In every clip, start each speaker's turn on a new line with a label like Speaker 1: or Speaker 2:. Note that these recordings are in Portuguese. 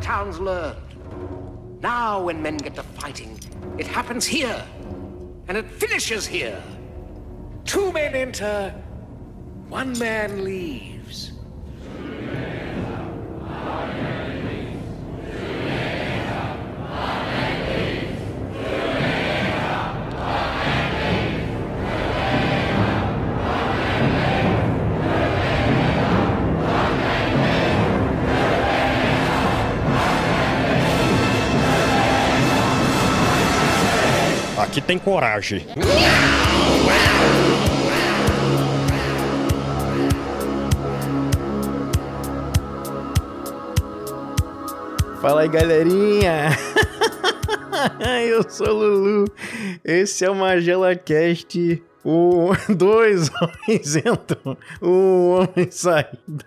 Speaker 1: towns learned. Now, when men get to fighting, it happens here, and it finishes here. Two men enter, one man leaves.
Speaker 2: Aqui tem coragem.
Speaker 3: Fala aí, galerinha! Eu sou o Lulu. Esse é o MagelaCast. O dois homens entram, um homem sai.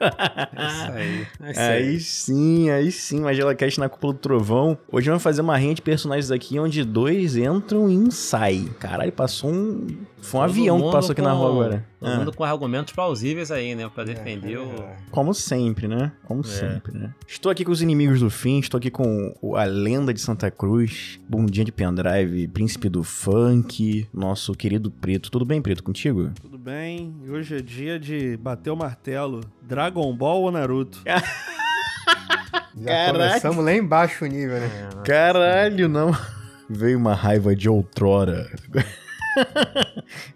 Speaker 4: Aí.
Speaker 3: Aí sim, aí sim, Magela Cast na Cúpula do Trovão. Hoje vamos fazer uma renda de personagens aqui onde dois entram e um sai. Caralho, passou um. Foi um
Speaker 4: Todo
Speaker 3: avião que
Speaker 4: mundo
Speaker 3: passou aqui na rua
Speaker 4: com-
Speaker 3: agora.
Speaker 4: Todo
Speaker 3: Ah, É,
Speaker 4: mundo com argumentos plausíveis aí, né? Pra defender o.
Speaker 3: Como sempre, né? Como sempre, né? Estou aqui com os inimigos do fim, estou aqui com o- a lenda de Santa Cruz, Bundinha de Pendrive, Príncipe do Funk, nosso querido Preto. Tudo bem, Preto, contigo?
Speaker 5: Tudo bem? E hoje é dia de bater o martelo. Dragon Ball ou Naruto?
Speaker 6: Já
Speaker 3: Caraca.
Speaker 6: começamos lá embaixo o nível, né?
Speaker 3: Caralho, não. Veio uma raiva de outrora.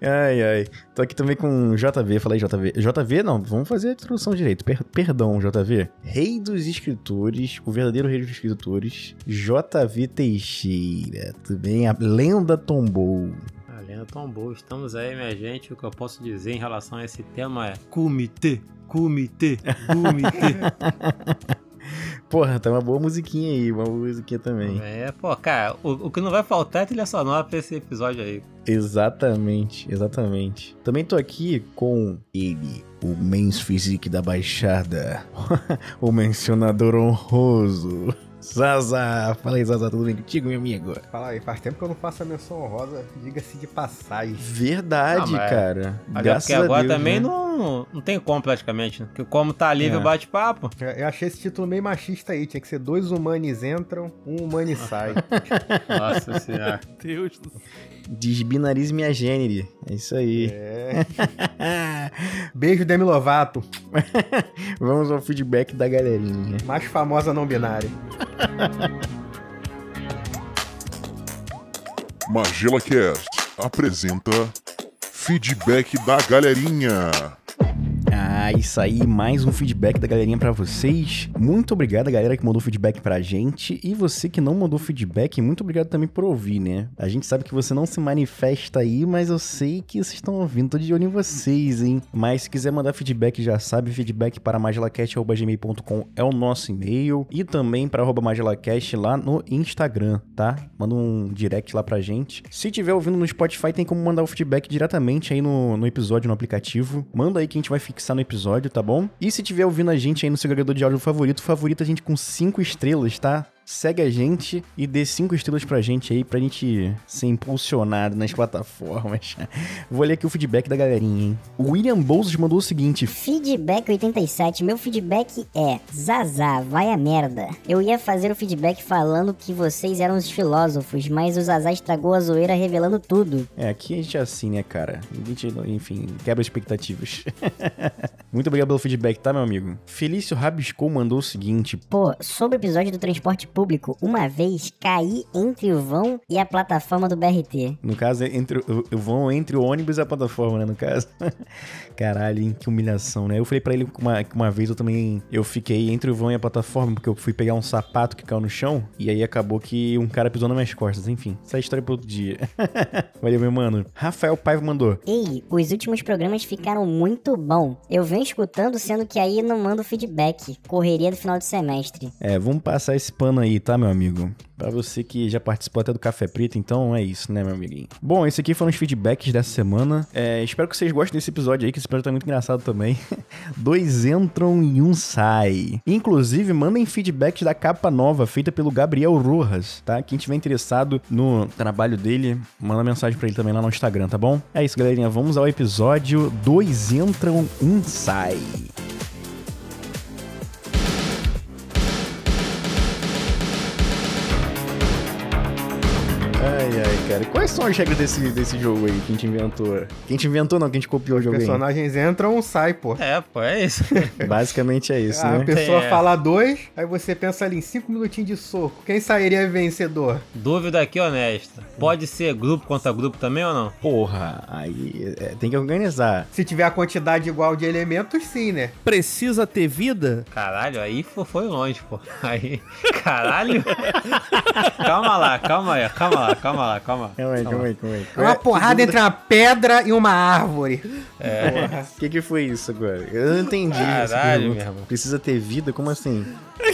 Speaker 3: ai, ai. Tô aqui também com o JV. Falei JV. JV, não, vamos fazer a introdução direito. Per- perdão, JV. Rei dos escritores, o verdadeiro rei dos escritores, JV Teixeira. Tudo bem? A lenda tombou.
Speaker 4: A lenda tombou. Estamos aí, minha gente. O que eu posso dizer em relação a esse tema é. Comitê, comitê, comitê.
Speaker 3: Porra, tá uma boa musiquinha aí, uma boa musiquinha também.
Speaker 4: é, pô, cara, o, o que não vai faltar é trilha sonora pra esse episódio aí.
Speaker 3: Exatamente, exatamente. Também tô aqui com ele, o Men's Physique da Baixada, o mencionador honroso, Zaza. Fala aí, Zaza, tudo bem contigo, meu amigo?
Speaker 6: Fala aí, faz tempo que eu não faço a menção honrosa, diga-se de passagem.
Speaker 3: Verdade,
Speaker 4: Ah, mas-
Speaker 3: cara.
Speaker 4: Até
Speaker 3: Graças
Speaker 4: porque
Speaker 3: a
Speaker 4: agora
Speaker 3: Deus,
Speaker 4: também
Speaker 3: né?
Speaker 4: não, não tem como praticamente, né? Porque como tá livre
Speaker 3: É.
Speaker 4: o bate-papo,
Speaker 6: Eu- Eu achei esse título meio machista aí, tinha que ser dois humanos entram, um humano sai.
Speaker 4: nossa senhora.
Speaker 5: Deus do céu.
Speaker 3: Desbinarize minha gênero. É isso aí.
Speaker 6: É. Beijo, Demi Lovato,
Speaker 3: Vamos ao feedback da galerinha.
Speaker 6: mais famosa não binária.
Speaker 7: Magela Cast apresenta Feedback da Galerinha.
Speaker 3: Ah, isso aí, mais um feedback da galerinha pra vocês. Muito obrigado a galera que mandou feedback pra gente e você que não mandou feedback, muito obrigado também por ouvir, né? A gente sabe que você não se manifesta aí, mas eu sei que vocês estão ouvindo, tô de olho em vocês, hein? Mas se quiser mandar feedback, já sabe, feedback para magelacast@gmail.com é o nosso e-mail e também para arroba magelacast lá no Instagram, tá? Manda um direct lá pra gente. Se tiver ouvindo no Spotify, tem como mandar o feedback diretamente aí no, no episódio, no aplicativo. Manda aí que a gente vai fixar no episódio, tá bom? E se tiver ouvindo a gente aí no seu agregador de áudio favorito, favorita a gente com cinco estrelas, tá? Segue a gente e dê cinco estrelas pra gente aí, pra gente ser impulsionado nas plataformas. Vou ler aqui o feedback da galerinha, hein? O William Bolsos mandou o seguinte:
Speaker 8: Feedback 87, meu feedback é Zazá, vai a merda. Eu ia fazer o feedback falando que vocês eram os filósofos, mas o Zazá estragou a zoeira revelando tudo.
Speaker 3: É, aqui a gente é assim, né, cara? A gente, enfim, quebra expectativas. Muito obrigado pelo feedback, tá, meu amigo? Felício Rabiscou mandou o seguinte:
Speaker 8: Pô, sobre o episódio do transporte público, uma vez caí entre o vão e a plataforma do BRT.
Speaker 3: no caso, é entre, eu, eu vou entre o ônibus e a plataforma, né? No caso. Caralho, hein, que humilhação, né? Eu falei pra ele que uma, que uma vez eu também. Eu fiquei entre o vão e a plataforma, porque eu fui pegar um sapato que caiu no chão. E aí acabou que um cara pisou nas minhas costas. Enfim, essa é a história pro outro dia. Valeu, meu mano. Rafael Paiva mandou.
Speaker 8: Ei, os últimos programas ficaram muito bom. Eu venho escutando, sendo que aí não mando feedback. Correria do final de semestre.
Speaker 3: É, vamos passar esse pano aí, tá, meu amigo? Pra você que já participou até do Café Preto, então é isso, né, meu amiguinho? Bom, esse aqui foram os feedbacks dessa semana. É, espero que vocês gostem desse episódio aí, que esse episódio tá muito engraçado também. Dois entram e um sai. Inclusive, mandem feedbacks da capa nova, feita pelo Gabriel Rojas, tá? Quem tiver interessado no trabalho dele, manda mensagem pra ele também lá no Instagram, tá bom? É isso, galerinha. Vamos ao episódio Dois entram, um sai. ai, cara. Quais são as regras desse, desse jogo aí que a gente inventou? Que a gente inventou não, que a gente copiou o jogo aí.
Speaker 6: Personagens entram, um sai, pô.
Speaker 4: É, pô, é isso.
Speaker 3: Basicamente é isso,
Speaker 6: a
Speaker 3: né?
Speaker 6: pessoa
Speaker 4: É.
Speaker 6: fala dois, aí você pensa ali em cinco minutinhos de soco. Quem sairia vencedor?
Speaker 4: Dúvida aqui honesta. Pode ser grupo contra grupo também ou não?
Speaker 3: Porra, aí é, tem que organizar.
Speaker 6: Se tiver a quantidade igual de elementos, sim, né?
Speaker 5: Precisa ter vida?
Speaker 4: Caralho, aí fo- foi longe, pô. Aí, caralho. calma lá, calma aí, calma lá, calma lá, calma.
Speaker 3: Calma aí, calma aí, calma aí.
Speaker 4: Ah.
Speaker 6: É uma porrada entre uma pedra e uma árvore. É.
Speaker 3: O que, que foi isso agora? Eu não entendi. essa
Speaker 4: Caralho,
Speaker 3: pergunta.
Speaker 4: meu irmão.
Speaker 3: Precisa ter vida? Como assim?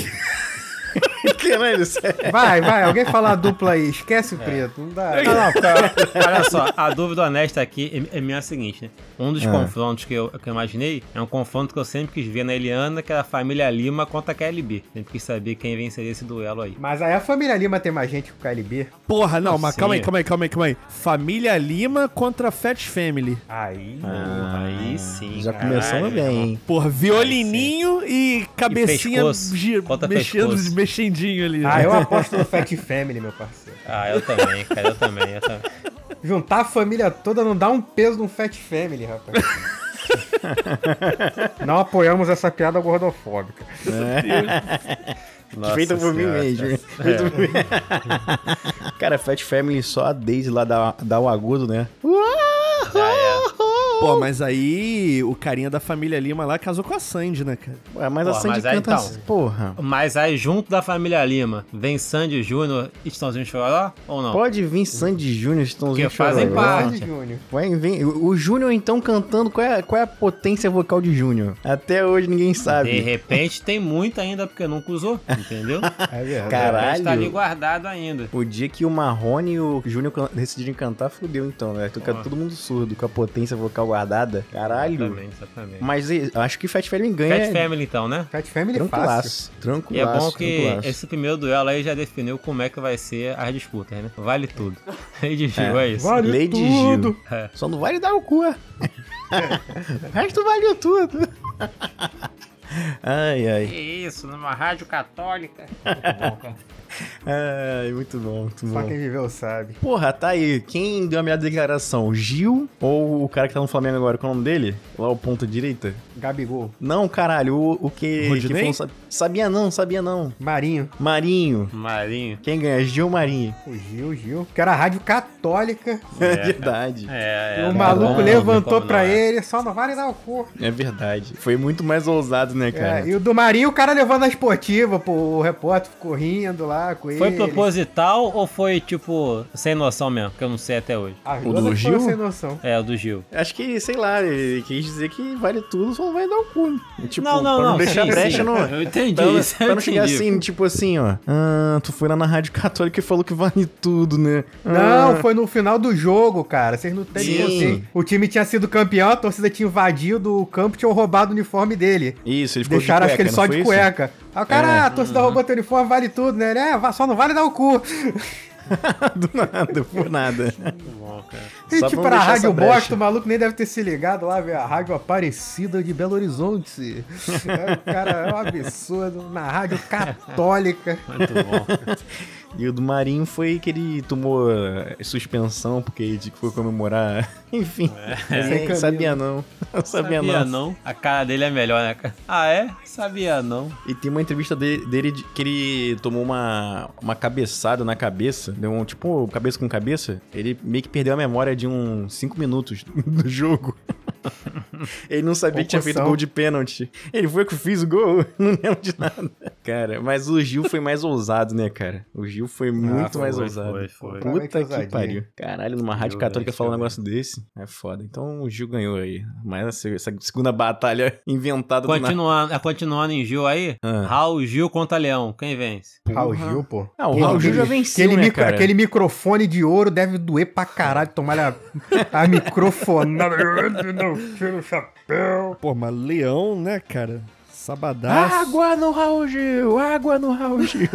Speaker 3: Caralho, sério.
Speaker 6: Vai, vai, alguém fala a dupla aí. Esquece o preto, não dá.
Speaker 4: Não, Ah, não, cara, olha só, a dúvida honesta aqui é é minha seguinte, né? Um
Speaker 3: Ah.
Speaker 4: dos confrontos que eu, que eu imaginei é um confronto que eu sempre quis ver na Eliana, que era a família Lima contra a KLB. Sempre quis saber quem venceria esse duelo aí.
Speaker 6: Mas aí a família Lima tem mais gente que o KLB.
Speaker 5: Porra, não, mas
Speaker 4: Sim.
Speaker 5: calma aí, calma aí, calma aí, calma aí. Família Lima contra Fat Family.
Speaker 6: Aí.
Speaker 4: aí sim,
Speaker 3: Ah, Já
Speaker 4: caralho,
Speaker 3: começou
Speaker 4: meu irmão.
Speaker 3: bem, hein?
Speaker 5: Porra, violininho e cabecinha
Speaker 4: pescoço.
Speaker 5: gi-
Speaker 4: Bota
Speaker 5: mexendo,
Speaker 4: pescoço.
Speaker 5: mexendinho ali.
Speaker 6: Ah, eu aposto no Fat Family, meu parceiro.
Speaker 4: Ah, eu também, cara, eu também, eu também.
Speaker 6: Juntar a família toda não dá um peso num Fat Family, rapaz. não apoiamos essa piada gordofóbica.
Speaker 4: Nossa
Speaker 3: Feita por mim
Speaker 4: senhora. É.
Speaker 3: mesmo. Feita por mim. Cara, Fat Family só a Daisy lá dá, dá o agudo, né?
Speaker 4: Já é.
Speaker 5: Pô, mas aí o carinha da família Lima lá casou com a Sandy, né, cara?
Speaker 3: Ué, mas a
Speaker 4: Porra,
Speaker 3: Sandy
Speaker 4: mas aí
Speaker 3: canta...
Speaker 4: então.
Speaker 3: assim, Porra.
Speaker 4: Mas aí, junto da família Lima, vem Sandy Júnior e Estãozinho Choró ou não?
Speaker 3: Pode vir Sandy Júnior, Estãozinho
Speaker 4: Porque fazem
Speaker 6: É
Speaker 3: Chororó.
Speaker 4: parte.
Speaker 6: Pode, Júnior.
Speaker 3: Vai, vem. O o Júnior, então, cantando qual é, qual é a potência vocal de Júnior. Até hoje ninguém
Speaker 4: De
Speaker 3: sabe.
Speaker 4: repente tem muito ainda porque nunca usou, entendeu?
Speaker 6: É verdade.
Speaker 4: Mas tá ali
Speaker 3: Caralho.
Speaker 4: guardado ainda.
Speaker 3: O dia que o Marrone e o Júnior can- decidirem cantar, fudeu então, né? Fica todo mundo surdo com a potência vocal guardada. Caralho.
Speaker 4: Exatamente, exatamente.
Speaker 3: Mas e- acho que Fat Family ganha.
Speaker 4: Fat Family então, né?
Speaker 6: Fat Family é fácil.
Speaker 3: Tranquilaço.
Speaker 4: E é
Speaker 3: Tranquilaço.
Speaker 4: bom que
Speaker 3: tranquilaço.
Speaker 4: esse primeiro duelo aí já definiu como é que vai ser as disputas, né? Vale tudo. E de Gil, é isso.
Speaker 6: Vale
Speaker 3: Lady
Speaker 6: tudo.
Speaker 3: Gil.
Speaker 4: É.
Speaker 3: Só não vale dar o cu. é. o resto vale tudo. ai, ai.
Speaker 4: Que isso, numa rádio católica. Muito bom, cara.
Speaker 3: Ai, muito bom, muito
Speaker 6: Só
Speaker 3: bom.
Speaker 6: quem viveu sabe.
Speaker 3: Porra, tá aí. Quem deu a melhor declaração? Gil ou o cara que tá no Flamengo agora? Qual é o nome dele? Lá o ponta direita?
Speaker 6: Gabigol.
Speaker 3: Não, caralho. O, o que.
Speaker 5: Rodinei?
Speaker 3: que falou- sa- sabia não, sabia não.
Speaker 6: Marinho.
Speaker 3: Marinho.
Speaker 4: Marinho.
Speaker 3: Quem ganha? Gil ou Marinho?
Speaker 6: O Gil, Gil. Que era a rádio católica.
Speaker 3: É verdade.
Speaker 4: É, é,
Speaker 6: o
Speaker 4: não
Speaker 6: maluco
Speaker 4: tem como
Speaker 6: levantou
Speaker 4: não,
Speaker 6: pra
Speaker 4: é.
Speaker 6: ele, só não vale dar o cu.
Speaker 3: É verdade. Foi muito mais ousado, né, cara?
Speaker 6: É, e o do Marinho, o cara levando a esportiva, pô. O repórter ficou rindo lá com ele.
Speaker 4: Foi proposital ou foi, tipo, sem noção mesmo? Que eu não sei até hoje.
Speaker 6: Ah,
Speaker 3: O do
Speaker 6: foram
Speaker 3: Gil?
Speaker 6: sem noção.
Speaker 4: É, o do Gil.
Speaker 3: Acho que, sei lá, ele quis dizer que vale tudo, só não vai dar o cu. E, Tipo,
Speaker 4: não, não,
Speaker 3: pra
Speaker 4: não.
Speaker 3: não deixar
Speaker 4: sim,
Speaker 3: brecha
Speaker 4: sim.
Speaker 3: no.
Speaker 4: Eu entendi
Speaker 3: Pra,
Speaker 4: isso.
Speaker 3: pra
Speaker 4: eu
Speaker 3: não chegar
Speaker 4: entendi.
Speaker 3: assim, tipo assim, ó. Ah, tu foi lá na Rádio Católica e falou que vale tudo, né?
Speaker 6: Não, foi no final do jogo, cara. Vocês não têm
Speaker 3: Sim.
Speaker 6: vocês. O time tinha sido campeão, a torcida tinha invadido o campo e tinha roubado o uniforme dele.
Speaker 3: Isso, ele ficou
Speaker 6: Deixaram,
Speaker 3: de
Speaker 6: acho que
Speaker 3: cueca,
Speaker 6: ele só
Speaker 3: não
Speaker 6: de
Speaker 3: foi isso?
Speaker 6: cueca. Aí o cara,
Speaker 3: É.
Speaker 6: ah, a torcida roubou teu uniforme, vale tudo, né? Ele, é, va- só não vale dar o cu.
Speaker 3: Do nada, por nada.
Speaker 6: E
Speaker 3: Só pra
Speaker 6: tipo,
Speaker 3: não
Speaker 6: era a
Speaker 3: deixar
Speaker 6: rádio
Speaker 3: essa brecha.
Speaker 6: bosta, o maluco nem deve ter se ligado lá, ver a rádio Aparecida de Belo Horizonte. Aí o cara, é um absurdo, na rádio católica.
Speaker 4: Muito bom.
Speaker 3: E o do Marinho foi que ele tomou eh, suspensão, porque ele foi comemorar. Enfim.
Speaker 4: É.
Speaker 6: Sem
Speaker 3: Não
Speaker 6: camisa.
Speaker 3: sabia não. Não sabia, não.
Speaker 4: A cara dele é melhor, né? cara? Ah, é? Sabia não.
Speaker 3: E tem uma entrevista de- dele de- que ele tomou uma, uma cabeçada na cabeça, deu um tipo cabeça com cabeça. Ele meio que perdeu a memória de uns 5 minutos do jogo. ele não sabia que tinha feito
Speaker 6: Concussão.
Speaker 3: gol de pênalti. Ele foi que eu fiz o gol, não lembro de nada. Cara, mas o Gil foi mais ousado, né, cara? O Gil foi muito
Speaker 6: foi,
Speaker 3: mais
Speaker 4: Ah, foi,
Speaker 3: ousado.
Speaker 4: foi, foi.
Speaker 6: Realmente
Speaker 3: Puta que
Speaker 6: ousadia.
Speaker 3: pariu. Caralho, numa rádio
Speaker 4: Gil,
Speaker 3: católica
Speaker 4: né,
Speaker 3: falar um
Speaker 4: cara.
Speaker 3: negócio desse é foda. Então o Gil ganhou aí. Mas essa, essa segunda batalha inventada do nada.
Speaker 4: Continuando, é, continuando em Gil aí,
Speaker 3: Ah.
Speaker 4: Raul Gil contra Leão, quem vence?
Speaker 6: Raul Gil, pô.
Speaker 3: Ah, o Raul Gil já venceu,
Speaker 6: aquele,
Speaker 3: né,
Speaker 6: micro-
Speaker 3: cara?
Speaker 6: aquele microfone de ouro deve doer pra caralho tomar a, a microfonada. Não tira o chapéu.
Speaker 5: Pô, mas leão, né, cara? Sabadaço.
Speaker 3: Água no Raul Gil! Água no Raul Gil!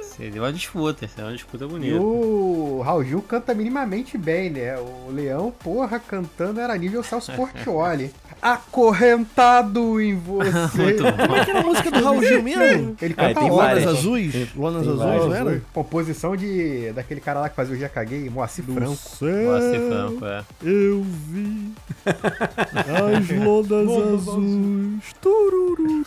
Speaker 4: Seria uma disputa, seria uma disputa
Speaker 6: E
Speaker 3: Uh.
Speaker 4: bonita.
Speaker 6: o Raul Gil canta minimamente bem, né? O Leão, porra, cantando era nível Celso Portioli. acorrentado em você.
Speaker 5: Como é que era a música do Raul Gil mesmo?
Speaker 6: Ele
Speaker 3: Ah,
Speaker 6: canta
Speaker 3: tem
Speaker 6: Lonas
Speaker 3: várias.
Speaker 5: Lonas
Speaker 3: gente.
Speaker 5: azuis? Lonas azuis, não era?
Speaker 6: Composição de, daquele cara lá que fazia o Já Caguei, Moacir Franco.
Speaker 4: Nossa, é franco, é.
Speaker 5: Eu vi as lonas azuis. Tururururu.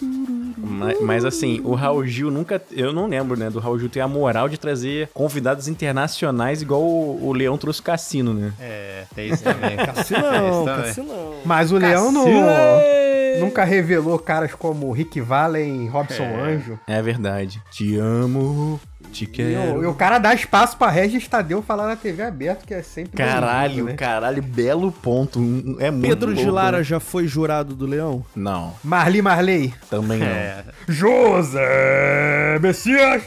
Speaker 3: Mas, mas, assim, o Raul Gil nunca. Eu não lembro, né? Do Raul Gil ter a moral de trazer convidados internacionais igual o, o Leão trouxe o cassino, né?
Speaker 4: É, tem isso também.
Speaker 5: Cassinão,
Speaker 4: Tem isso também.
Speaker 5: cassinão.
Speaker 6: Mas o Leão não-
Speaker 4: Cacilei!
Speaker 6: nunca revelou caras como Rick Valen e Robson Anjo.
Speaker 3: É verdade. Te amo, te
Speaker 6: E
Speaker 3: quero.
Speaker 6: o, e o cara dá espaço pra Regis Tadeu falar na TV aberta, que é sempre...
Speaker 3: Caralho,
Speaker 6: bonito, né?
Speaker 3: caralho, belo ponto. Um- É muito
Speaker 5: Pedro de
Speaker 3: louco,
Speaker 5: Lara
Speaker 3: né?
Speaker 5: já foi jurado do Leão?
Speaker 3: Não,
Speaker 6: Marli Marley.
Speaker 3: também não.
Speaker 4: É,
Speaker 6: José Messias.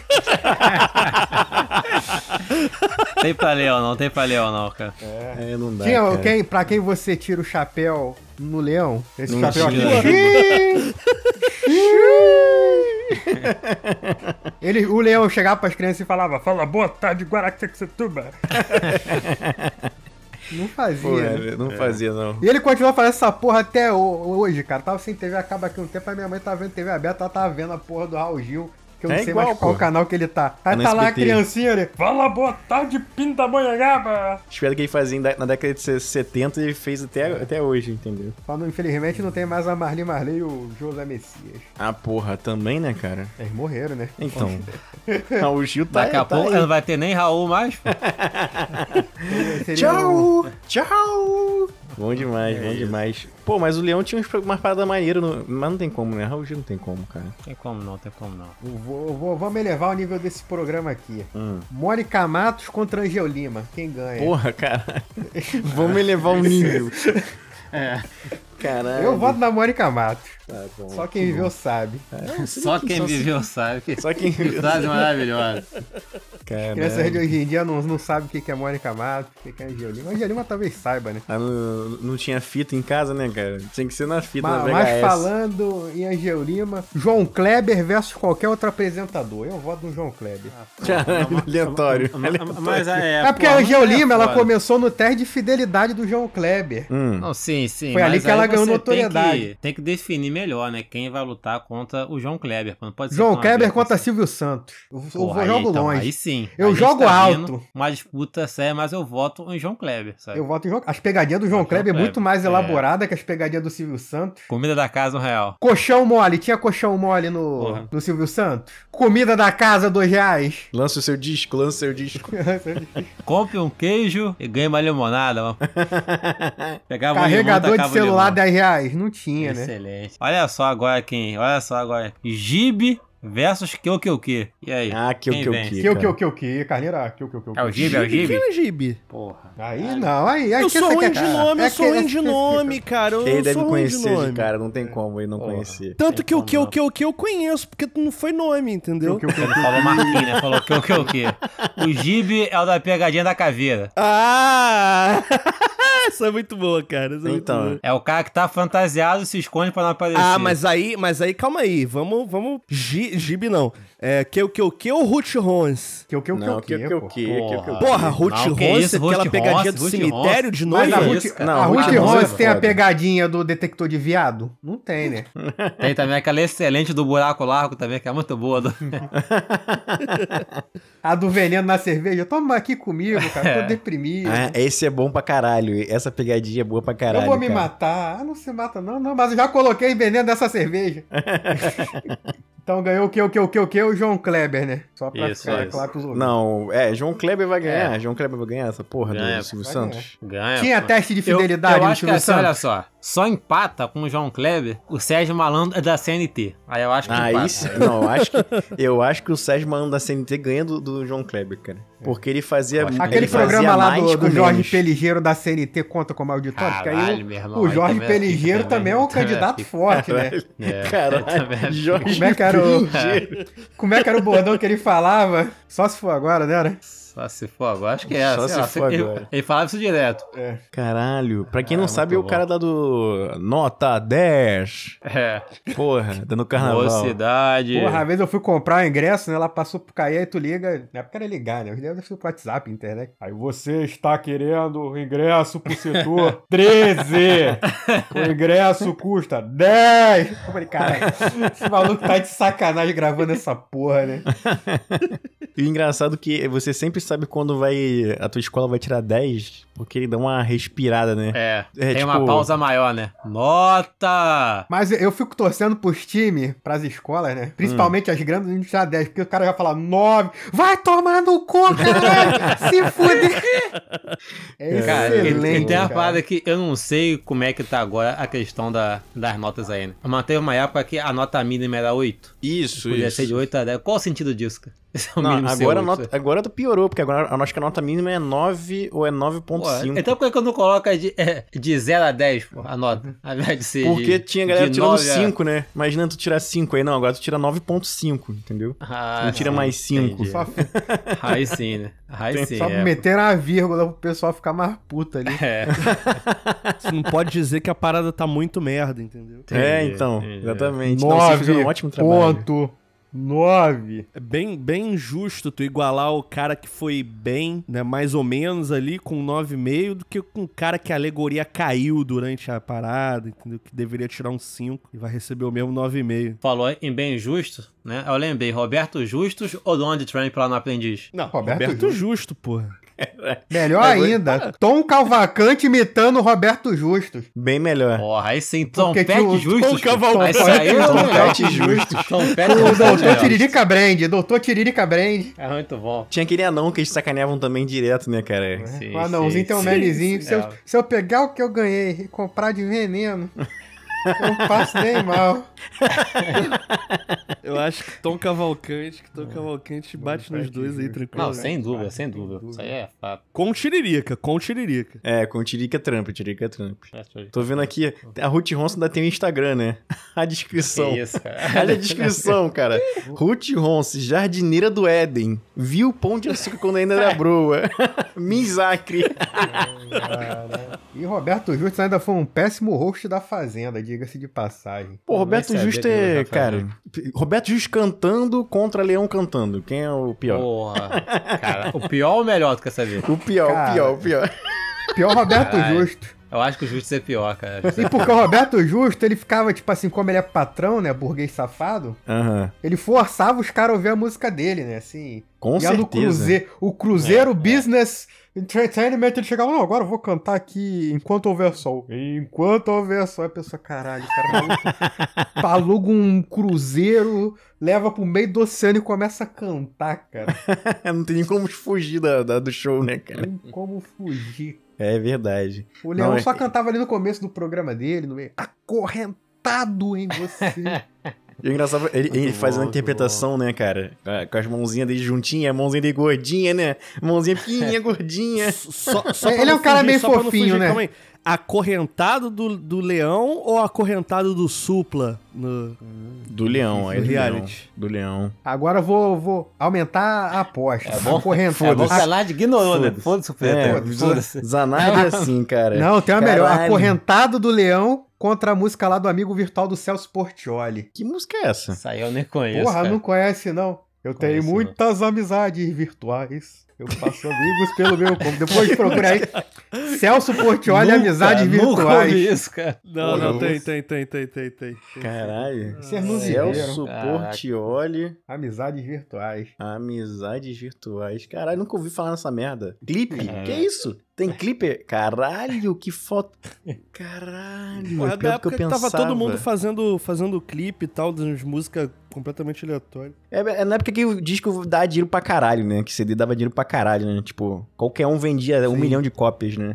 Speaker 4: tem pra Leão não, tem pra Leão não, cara.
Speaker 3: É, não dá.
Speaker 6: Tinha,
Speaker 3: cara.
Speaker 6: quem, pra quem você tira o chapéu no leão? Esse
Speaker 3: Não
Speaker 6: chapéu
Speaker 3: tira.
Speaker 6: aqui. Xiii. Ele, o leão chegava pras crianças e falava: Fala boa tarde, Guaraquecetuba. Não fazia.
Speaker 3: Pô,
Speaker 6: né?
Speaker 3: é, não fazia, não.
Speaker 6: E ele continua fazendo essa porra até ho- hoje, cara. Tava sem TV, acaba aqui um tempo, a minha mãe tá vendo TV aberta, ela tava vendo a porra do Raul Gil, que eu não
Speaker 3: É
Speaker 6: sei
Speaker 3: igual,
Speaker 6: mais qual
Speaker 3: pô.
Speaker 6: canal que ele tá. Aí
Speaker 3: É no
Speaker 6: tá lá a
Speaker 3: SBT.
Speaker 6: criancinha, ele, fala boa tarde, Pindamonhangaba.
Speaker 3: Espero que ele fazia em da- na década de 70 e fez até, até hoje, entendeu?
Speaker 6: Só não- infelizmente não tem mais a Marli Marley e o José Messias.
Speaker 3: Ah, porra, também, né, cara?
Speaker 6: Eles morreram, né?
Speaker 3: Então. Raul Gil tá,
Speaker 4: Daqui a
Speaker 3: tá
Speaker 4: pouco
Speaker 3: aí.
Speaker 4: não vai ter nem Raul mais, pô.
Speaker 6: Então, Seria o-
Speaker 3: Tchau! Tchau! Bom demais, bom demais. Pô, mas o Leão tinha uns- umas paradas maneiras, no- mas não tem como, né? Raul Gil não tem como, cara.
Speaker 4: Tem como não, tem como não.
Speaker 6: eu vou- eu vou- vamos elevar o nível desse programa aqui. Mônica Matos contra Angel Lima. Quem ganha?
Speaker 3: Hum. Porra, cara. Vamos elevar o nível. É. Caralho.
Speaker 6: Eu voto na Mônica Matos.
Speaker 3: Tá bom.
Speaker 6: Só quem viveu sabe.
Speaker 4: Só quem viveu sabe. Que
Speaker 3: Só quem.
Speaker 4: frase maravilhosa.
Speaker 3: É
Speaker 6: Crianças de
Speaker 3: Caralho.
Speaker 6: hoje em dia não, não sabem o que que é Mônica Matos, o que que é Angel Lima. Angel Lima talvez saiba, né?
Speaker 3: Ah, não, não tinha fita em casa, né, cara? Tinha que ser na fita,
Speaker 6: Ma-
Speaker 3: na
Speaker 6: Mas,
Speaker 3: VHS.
Speaker 6: falando em Angel Lima, João Kleber versus qualquer outro apresentador. Eu voto no João Kleber.
Speaker 3: Caralho, aleatório. aleatório.
Speaker 4: Mas é.
Speaker 6: é porque
Speaker 4: pô,
Speaker 6: a
Speaker 4: mas
Speaker 6: Angel
Speaker 4: é
Speaker 6: Lima, ela
Speaker 4: foda.
Speaker 6: começou no teste de fidelidade do João Kleber.
Speaker 4: Não, sim, sim.
Speaker 6: Foi ali
Speaker 4: mas
Speaker 6: que ela
Speaker 4: aí
Speaker 6: ganhou
Speaker 4: você
Speaker 6: notoriedade.
Speaker 4: Tem que, tem que definir melhor, né? Quem vai lutar contra o João Kleber. Não pode ser
Speaker 6: João
Speaker 4: tão
Speaker 6: Kleber
Speaker 4: aberto
Speaker 6: contra
Speaker 4: assim.
Speaker 6: Silvio Santos. Eu, eu
Speaker 4: Porra, aí,
Speaker 6: jogo
Speaker 4: então,
Speaker 6: longe.
Speaker 4: Aí sim.
Speaker 6: Eu
Speaker 4: Aí
Speaker 6: jogo
Speaker 4: está
Speaker 6: alto.
Speaker 4: vindo Uma disputa séria, mas eu voto em João Kleber, sabe?
Speaker 6: Eu voto em João. As pegadinhas do João
Speaker 4: João
Speaker 6: Kleber é
Speaker 4: Kleber,
Speaker 6: muito mais
Speaker 4: é.
Speaker 6: elaborada que as pegadinhas do Silvio Santos.
Speaker 4: Comida da casa, um real.
Speaker 6: Colchão mole, tinha colchão mole no,
Speaker 4: Porra.
Speaker 6: no Silvio Santos? Comida da casa, dois reais.
Speaker 3: Lança o seu disco, lança o seu disco.
Speaker 4: Compre um queijo e ganhe uma limonada. mano. Pegava um limão,
Speaker 6: Carregador de
Speaker 4: tacava o limão.
Speaker 6: celular, 10 reais. Não tinha, né?
Speaker 4: Excelente. Olha só agora quem. Olha só agora. Gibe versus que o que o que. E aí?
Speaker 3: Ah, que o
Speaker 4: Quem
Speaker 3: que o
Speaker 4: vence?
Speaker 3: que.
Speaker 6: Que o que,
Speaker 3: cara.
Speaker 6: o que, o que, Carneira, que o que, o que, o
Speaker 4: É o
Speaker 6: que.
Speaker 4: Gibe, é o
Speaker 5: Gibi,
Speaker 4: Gibe?
Speaker 5: quem é Gibi?
Speaker 4: Porra.
Speaker 6: Aí não, aí, aí
Speaker 5: Eu
Speaker 6: que
Speaker 5: sou
Speaker 6: você
Speaker 5: ruim
Speaker 6: quer-
Speaker 5: de nome,
Speaker 6: é
Speaker 5: eu sou
Speaker 6: que-
Speaker 5: ruim de nome, cara. Eu
Speaker 3: Ele
Speaker 5: não
Speaker 3: deve
Speaker 5: sou ruim de
Speaker 3: conhecer de
Speaker 5: nome.
Speaker 3: cara, não tem como ele não conhecer.
Speaker 5: Tanto que o
Speaker 4: como
Speaker 5: que, o
Speaker 4: não.
Speaker 5: que, o que eu conheço, porque não foi nome, entendeu?
Speaker 6: Que o que, o que.
Speaker 4: Falou Marquinhos, né? Falou que o que o que. O Gibe é o da pegadinha da caveira.
Speaker 5: Ah! Essa é muito boa, cara. Essa é muito
Speaker 3: Então,
Speaker 5: boa.
Speaker 4: É o cara que tá fantasiado e se esconde pra não aparecer.
Speaker 5: Ah, mas aí, mas aí, calma aí. Vamos, vamos. Gi- Gibi não. É, que o que o que o Ruth Rons.
Speaker 6: Que o que, o que,
Speaker 3: não,
Speaker 6: o
Speaker 3: que o
Speaker 6: que,
Speaker 3: que o
Speaker 6: pô.
Speaker 3: que. que o que-
Speaker 5: Porra, Ruth
Speaker 4: Não, que
Speaker 5: Rons,
Speaker 4: isso, Ruth
Speaker 5: aquela pegadinha
Speaker 4: Rons,
Speaker 5: do
Speaker 4: Ruth
Speaker 5: cemitério
Speaker 4: Rons.
Speaker 5: de
Speaker 6: Mas
Speaker 5: noiva.
Speaker 6: a
Speaker 4: Olha
Speaker 6: Ruth,
Speaker 4: isso,
Speaker 6: a
Speaker 4: cara.
Speaker 3: Não,
Speaker 6: Ruth
Speaker 3: Ruth Rose
Speaker 6: Rose
Speaker 3: é
Speaker 6: tem a
Speaker 3: foda.
Speaker 6: pegadinha do detector de viado? Não tem, né?
Speaker 4: Tem também aquela excelente do buraco largo também, que é muito boa. do-
Speaker 6: A do veneno na cerveja, toma aqui comigo,
Speaker 4: É.
Speaker 6: cara, tô deprimido.
Speaker 3: Ah, esse é bom pra caralho. Essa pegadinha é boa pra caralho.
Speaker 6: eu vou me
Speaker 3: cara.
Speaker 6: matar. Ah, não se mata não, não, mas eu já coloquei veneno dessa cerveja. então ganhou o que, o que, o que, o que? O João Kleber, né? Só pra
Speaker 4: Isso,
Speaker 6: ficar
Speaker 4: isso.
Speaker 6: claro pros ouvintes.
Speaker 3: Não, é, João Kleber vai ganhar. João Kleber vai ganhar essa porra
Speaker 4: Ganha,
Speaker 3: do Silvio
Speaker 6: vai
Speaker 3: Santos.
Speaker 4: Ganha.
Speaker 6: Tinha
Speaker 4: pô.
Speaker 6: teste de fidelidade
Speaker 4: eu, eu
Speaker 6: no
Speaker 4: acho que
Speaker 6: Silvio
Speaker 4: assim,
Speaker 6: Santos?
Speaker 4: olha só, só empata com o João Kleber o Sérgio Malandro é da CNT. Aí eu acho que empata.
Speaker 3: Aí sim. Não, acho que, eu acho que o Sérgio Malandro da CNT ganha do, do João Kleber, cara. Porque ele fazia.
Speaker 4: Acho que
Speaker 6: É. Aquele
Speaker 3: ele fazia
Speaker 6: programa lá
Speaker 3: mais
Speaker 6: do, do
Speaker 3: com
Speaker 6: Jorge
Speaker 3: menos.
Speaker 6: Peligeiro da CNT conta como
Speaker 3: é
Speaker 6: auditório? Porque aí
Speaker 4: Caralho,
Speaker 6: o,
Speaker 4: meu irmão,
Speaker 6: o
Speaker 4: aí
Speaker 6: Jorge
Speaker 4: também é pica
Speaker 6: Peligeiro
Speaker 4: também,
Speaker 6: também é um
Speaker 4: também é
Speaker 6: candidato
Speaker 4: pica.
Speaker 6: forte, né?
Speaker 4: É, também
Speaker 3: Caralho,
Speaker 4: acho.
Speaker 3: Jorge
Speaker 6: Como é que era o-
Speaker 3: Peligeiro.
Speaker 6: Como é que era o bordão que ele falava? Só se for agora, né? era?
Speaker 4: Só se for agora, acho que é.
Speaker 3: Só
Speaker 4: sei
Speaker 3: se
Speaker 4: lá,
Speaker 3: for
Speaker 4: ele-
Speaker 3: agora.
Speaker 4: Ele falava isso direto.
Speaker 3: Caralho. Pra quem não sabe, é o
Speaker 4: bom.
Speaker 3: cara da do. Nota 10.
Speaker 4: É.
Speaker 3: Porra, dando carnaval.
Speaker 4: Mocidade.
Speaker 6: Porra, às vezes eu fui comprar o ingresso, né? Ela passou pro Caí, aí tu liga. Na época era ligar, né? Hoje deve ser pro WhatsApp, internet. Aí você está querendo o ingresso pro setor 13. o ingresso custa 10. Eu falei, caralho, esse maluco tá de sacanagem gravando essa porra, né?
Speaker 3: E o engraçado é que você sempre sabe quando vai. A tua escola vai tirar 10, porque ele dá uma respirada, né?
Speaker 4: É.
Speaker 3: É,
Speaker 4: Tem uma
Speaker 3: tipo-
Speaker 4: pausa maior, né? Nota!
Speaker 6: Mas eu fico torcendo pros times, pras escolas, né? Principalmente as grandes, não tirar 10, porque o cara já fala 9. Vai tomar no cu, caralho! se fuder! É
Speaker 4: Cara, e-
Speaker 6: excelente,
Speaker 4: e tem uma
Speaker 6: cara.
Speaker 4: parada que eu não sei como é que tá agora a questão da, das notas aí, né? Mas teve uma época que a nota mínima era 8.
Speaker 2: Isso,
Speaker 4: Podia
Speaker 2: isso.
Speaker 4: ser de 8 a 10. Qual o sentido disso, cara? Esse é o
Speaker 3: Não,
Speaker 4: mínimo ser
Speaker 3: agora, a
Speaker 4: 8,
Speaker 3: nota,
Speaker 4: né?
Speaker 3: agora piorou, porque agora eu acho que a nota mínima é 9 ou é
Speaker 4: Pô,
Speaker 3: 9.5.
Speaker 4: então por que que eu não coloco a de, é, de 0 a 10, pô, a nota? Ao invés de ser
Speaker 3: Uhum. Porque
Speaker 4: de-
Speaker 3: tinha galera
Speaker 4: de
Speaker 3: tirando
Speaker 4: nove a-
Speaker 3: 5, né? Imagina tu tirar 5 aí, não, agora tu tira 9.5, entendeu?
Speaker 4: Ah,
Speaker 3: não tira
Speaker 4: sim,
Speaker 3: mais 5.
Speaker 4: entendi.
Speaker 6: Só,
Speaker 4: Aí sim, né? Aí sim,
Speaker 6: só
Speaker 4: é.
Speaker 6: meteram a vírgula pro pessoal ficar mais puto ali.
Speaker 4: É,
Speaker 5: Você não pode dizer que a parada tá muito merda, entendeu?
Speaker 3: É,
Speaker 4: entendi,
Speaker 3: então,
Speaker 4: entendi.
Speaker 3: exatamente. Então, vocês
Speaker 6: Nove
Speaker 3: fizeram um ótimo trabalho.
Speaker 6: ponto nove.
Speaker 5: É bem, bem injusto tu igualar o cara que foi bem, né, mais ou menos ali, com 9,5, do que com o cara que a alegoria caiu durante a parada, entendeu? Que deveria tirar um 5 e vai receber o mesmo 9,5.
Speaker 4: Falou em bem justo, né? Eu lembrei, Roberto Justus ou Donald Trump lá no Aprendiz?
Speaker 5: Não,
Speaker 6: Roberto
Speaker 5: Roberto, Justo, porra.
Speaker 6: Melhor ainda, Tom Calvacante imitando Roberto Justus.
Speaker 3: Bem melhor.
Speaker 4: Porra, aí sim, Tom
Speaker 6: Porque
Speaker 4: Petty
Speaker 6: o-
Speaker 4: Justus.
Speaker 6: o
Speaker 4: pô.
Speaker 6: Cavalcante- é?
Speaker 4: Aí saiu,
Speaker 6: Tom
Speaker 4: né?
Speaker 6: Petty Justus.
Speaker 4: Tom
Speaker 3: É,
Speaker 4: Petty
Speaker 6: O doutor
Speaker 4: Justus.
Speaker 6: Tiririca Brand, doutor Tiririca Brand.
Speaker 4: É muito bom.
Speaker 3: Tinha aquele anão que eles sacaneavam também direto, né, cara?
Speaker 4: Sim,
Speaker 6: o anãozinho
Speaker 4: sim,
Speaker 6: tem um
Speaker 4: sim,
Speaker 6: memezinho.
Speaker 4: sim.
Speaker 6: Se, eu,
Speaker 4: É.
Speaker 6: se eu pegar o que eu ganhei e comprar de veneno, eu não passo nem mal.
Speaker 5: Eu acho que Tom Cavalcante, que Tom
Speaker 6: É.
Speaker 5: Cavalcante bate nos dois aí, tranquilo.
Speaker 4: Não, sem dúvida, sem dúvida. Isso aí é fato.
Speaker 5: Com tiririca, com tiririca.
Speaker 3: É, com o Tirica Trump, o Tirica Trump. Tô vendo aqui, a Ruth Ronson ainda tem o Instagram, né? A descrição.
Speaker 4: Que isso, cara.
Speaker 3: Olha a descrição, cara. Ruth Ronce, jardineira do Éden. Viu o pão de açúcar quando ainda era broa. Misacre.
Speaker 6: E Roberto Justus ainda foi um péssimo host da Fazenda, diga-se de passagem.
Speaker 3: Pô, Roberto
Speaker 4: nem sabia
Speaker 3: Justo
Speaker 4: que ele
Speaker 3: é,
Speaker 4: ia
Speaker 3: cara.
Speaker 4: fazer.
Speaker 3: Roberto Justo cantando contra Leão cantando. Quem é o pior?
Speaker 4: Porra. Cara, o pior ou o melhor do que essa vez?
Speaker 3: O pior,
Speaker 6: Cara.
Speaker 3: o pior, o pior.
Speaker 6: Pior Roberto
Speaker 4: Caralho.
Speaker 6: Justo.
Speaker 4: Eu acho que o Justus é pior, cara.
Speaker 6: E porque o Roberto Justo, ele ficava, tipo assim, como ele é patrão, né? Burguês safado,
Speaker 3: Aham.
Speaker 6: ele forçava os caras a ouvir a música dele, né? Assim.
Speaker 3: Com
Speaker 6: ia no
Speaker 3: certeza. É,
Speaker 6: Cruzeiro, o Cruzeiro Business Entertainment, ele chegava, não, agora eu vou cantar aqui enquanto houver sol. Enquanto houver sol, Aí a pessoa, caralho, cara, é maluco. Aluga um cruzeiro, leva pro meio do oceano e começa a cantar, cara.
Speaker 3: Não tem nem como fugir da- da- do show, né, cara?
Speaker 6: Tem como fugir,
Speaker 3: É verdade.
Speaker 6: O Leão
Speaker 3: Não, é-
Speaker 6: só cantava ali no começo do programa dele, no meio. Acorrentado em você.
Speaker 3: E o engraçado, ele, ele faz uma interpretação, né, cara? Com- Com as mãozinhas dele juntinha, a mãozinha dele gordinha, né? Mãozinha pequenininha, gordinha.
Speaker 5: Só, só
Speaker 6: Ele
Speaker 5: pra
Speaker 6: é um
Speaker 5: não
Speaker 6: cara meio
Speaker 5: só pra não
Speaker 6: fofinho, né?
Speaker 5: Calma aí. Acorrentado do, do leão ou acorrentado do supla no,
Speaker 3: Do leão, aí
Speaker 5: no
Speaker 3: do leão.
Speaker 5: reality?
Speaker 3: Do leão.
Speaker 6: Agora eu vou, vou aumentar a aposta.
Speaker 4: É bom? É
Speaker 6: Acorrentado.
Speaker 4: bom que a Lade ignorou, né?
Speaker 3: Foda-se.
Speaker 4: Foda-se o
Speaker 3: É,
Speaker 4: Pedro.
Speaker 3: Z- Zanardi é assim, cara.
Speaker 6: Não, tem uma melhor.
Speaker 3: Caralho.
Speaker 6: Acorrentado do Leão contra a música lá do amigo virtual do Celso Portioli.
Speaker 3: Que música é essa?
Speaker 4: Isso aí eu nem conheço.
Speaker 6: Porra,
Speaker 4: cara.
Speaker 6: não conhece, não. Eu tenho
Speaker 4: Conheço, não.
Speaker 6: muitas amizades virtuais. Eu faço amigos pelo meu combo. Depois procura aí. Celso Portioli,
Speaker 4: Nunca,
Speaker 6: amizades
Speaker 4: Nunca ouvi
Speaker 6: virtuais.
Speaker 4: isso, cara.
Speaker 5: Não,
Speaker 3: Porra,
Speaker 5: não, tem, tem, tem, tem, tem, tem. tem.
Speaker 3: Caralho.
Speaker 5: É
Speaker 3: É
Speaker 6: Vocês não viram.
Speaker 3: Celso
Speaker 4: Caraca.
Speaker 3: Portioli,
Speaker 6: Amizades virtuais.
Speaker 3: Amizades Virtuais. Caralho, nunca ouvi falar nessa merda. Clipe?
Speaker 5: É.
Speaker 4: Caraca.
Speaker 3: Que isso? Tem clipe? Caralho, que foto. Caralho,
Speaker 5: Porra,
Speaker 3: é pior
Speaker 5: da
Speaker 3: do que
Speaker 5: época
Speaker 3: eu
Speaker 5: que
Speaker 3: pensava.
Speaker 5: tava todo mundo fazendo, fazendo clipe e tal, das músicas completamente aleatórias.
Speaker 3: É, é na época que o disco dava dinheiro pra caralho, né? Que CD dava dinheiro pra caralho, né? Tipo, qualquer um vendia um milhão de cópias, né?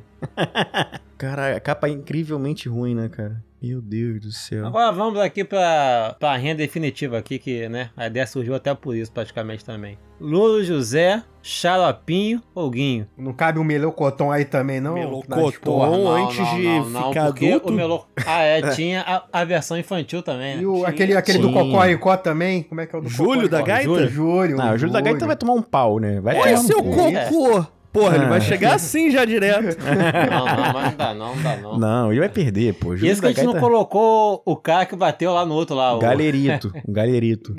Speaker 3: Cara, a capa é incrivelmente ruim, né, cara? Meu Deus do céu.
Speaker 4: Agora vamos aqui pra, pra renda definitiva aqui, que né, a ideia surgiu até por isso praticamente também. Lulu José, Xaropinho ou Guinho?
Speaker 6: Não cabe um melocotão aí também, não? Nas
Speaker 5: Melocotão
Speaker 6: porra.
Speaker 5: antes de ficar
Speaker 4: porque
Speaker 5: adulto.
Speaker 4: O Melo... Ah, é, tinha a, a versão infantil também, né?
Speaker 6: E o, aquele, aquele do
Speaker 3: Tinha.
Speaker 6: Cocoricó também? Como é que é o do
Speaker 5: Júlio da
Speaker 6: Cocoricó?
Speaker 5: Gaita?
Speaker 6: Júlio. Júlio.
Speaker 3: Não, o Júlio da Gaita vai tomar um pau, né? Vai
Speaker 5: Olha
Speaker 3: tomar um
Speaker 5: seu
Speaker 3: cu.
Speaker 4: É.
Speaker 5: cocô! Porra,
Speaker 3: É.
Speaker 5: ele vai chegar assim já direto.
Speaker 4: Não, não, mas não dá não, não dá não.
Speaker 3: Não, ele vai perder, pô.
Speaker 4: E
Speaker 3: Júlio
Speaker 4: esse que a
Speaker 3: da
Speaker 4: gente não
Speaker 3: Gaita...
Speaker 4: colocou o cara que bateu lá no outro lá. O...
Speaker 3: Galerito, um galerito.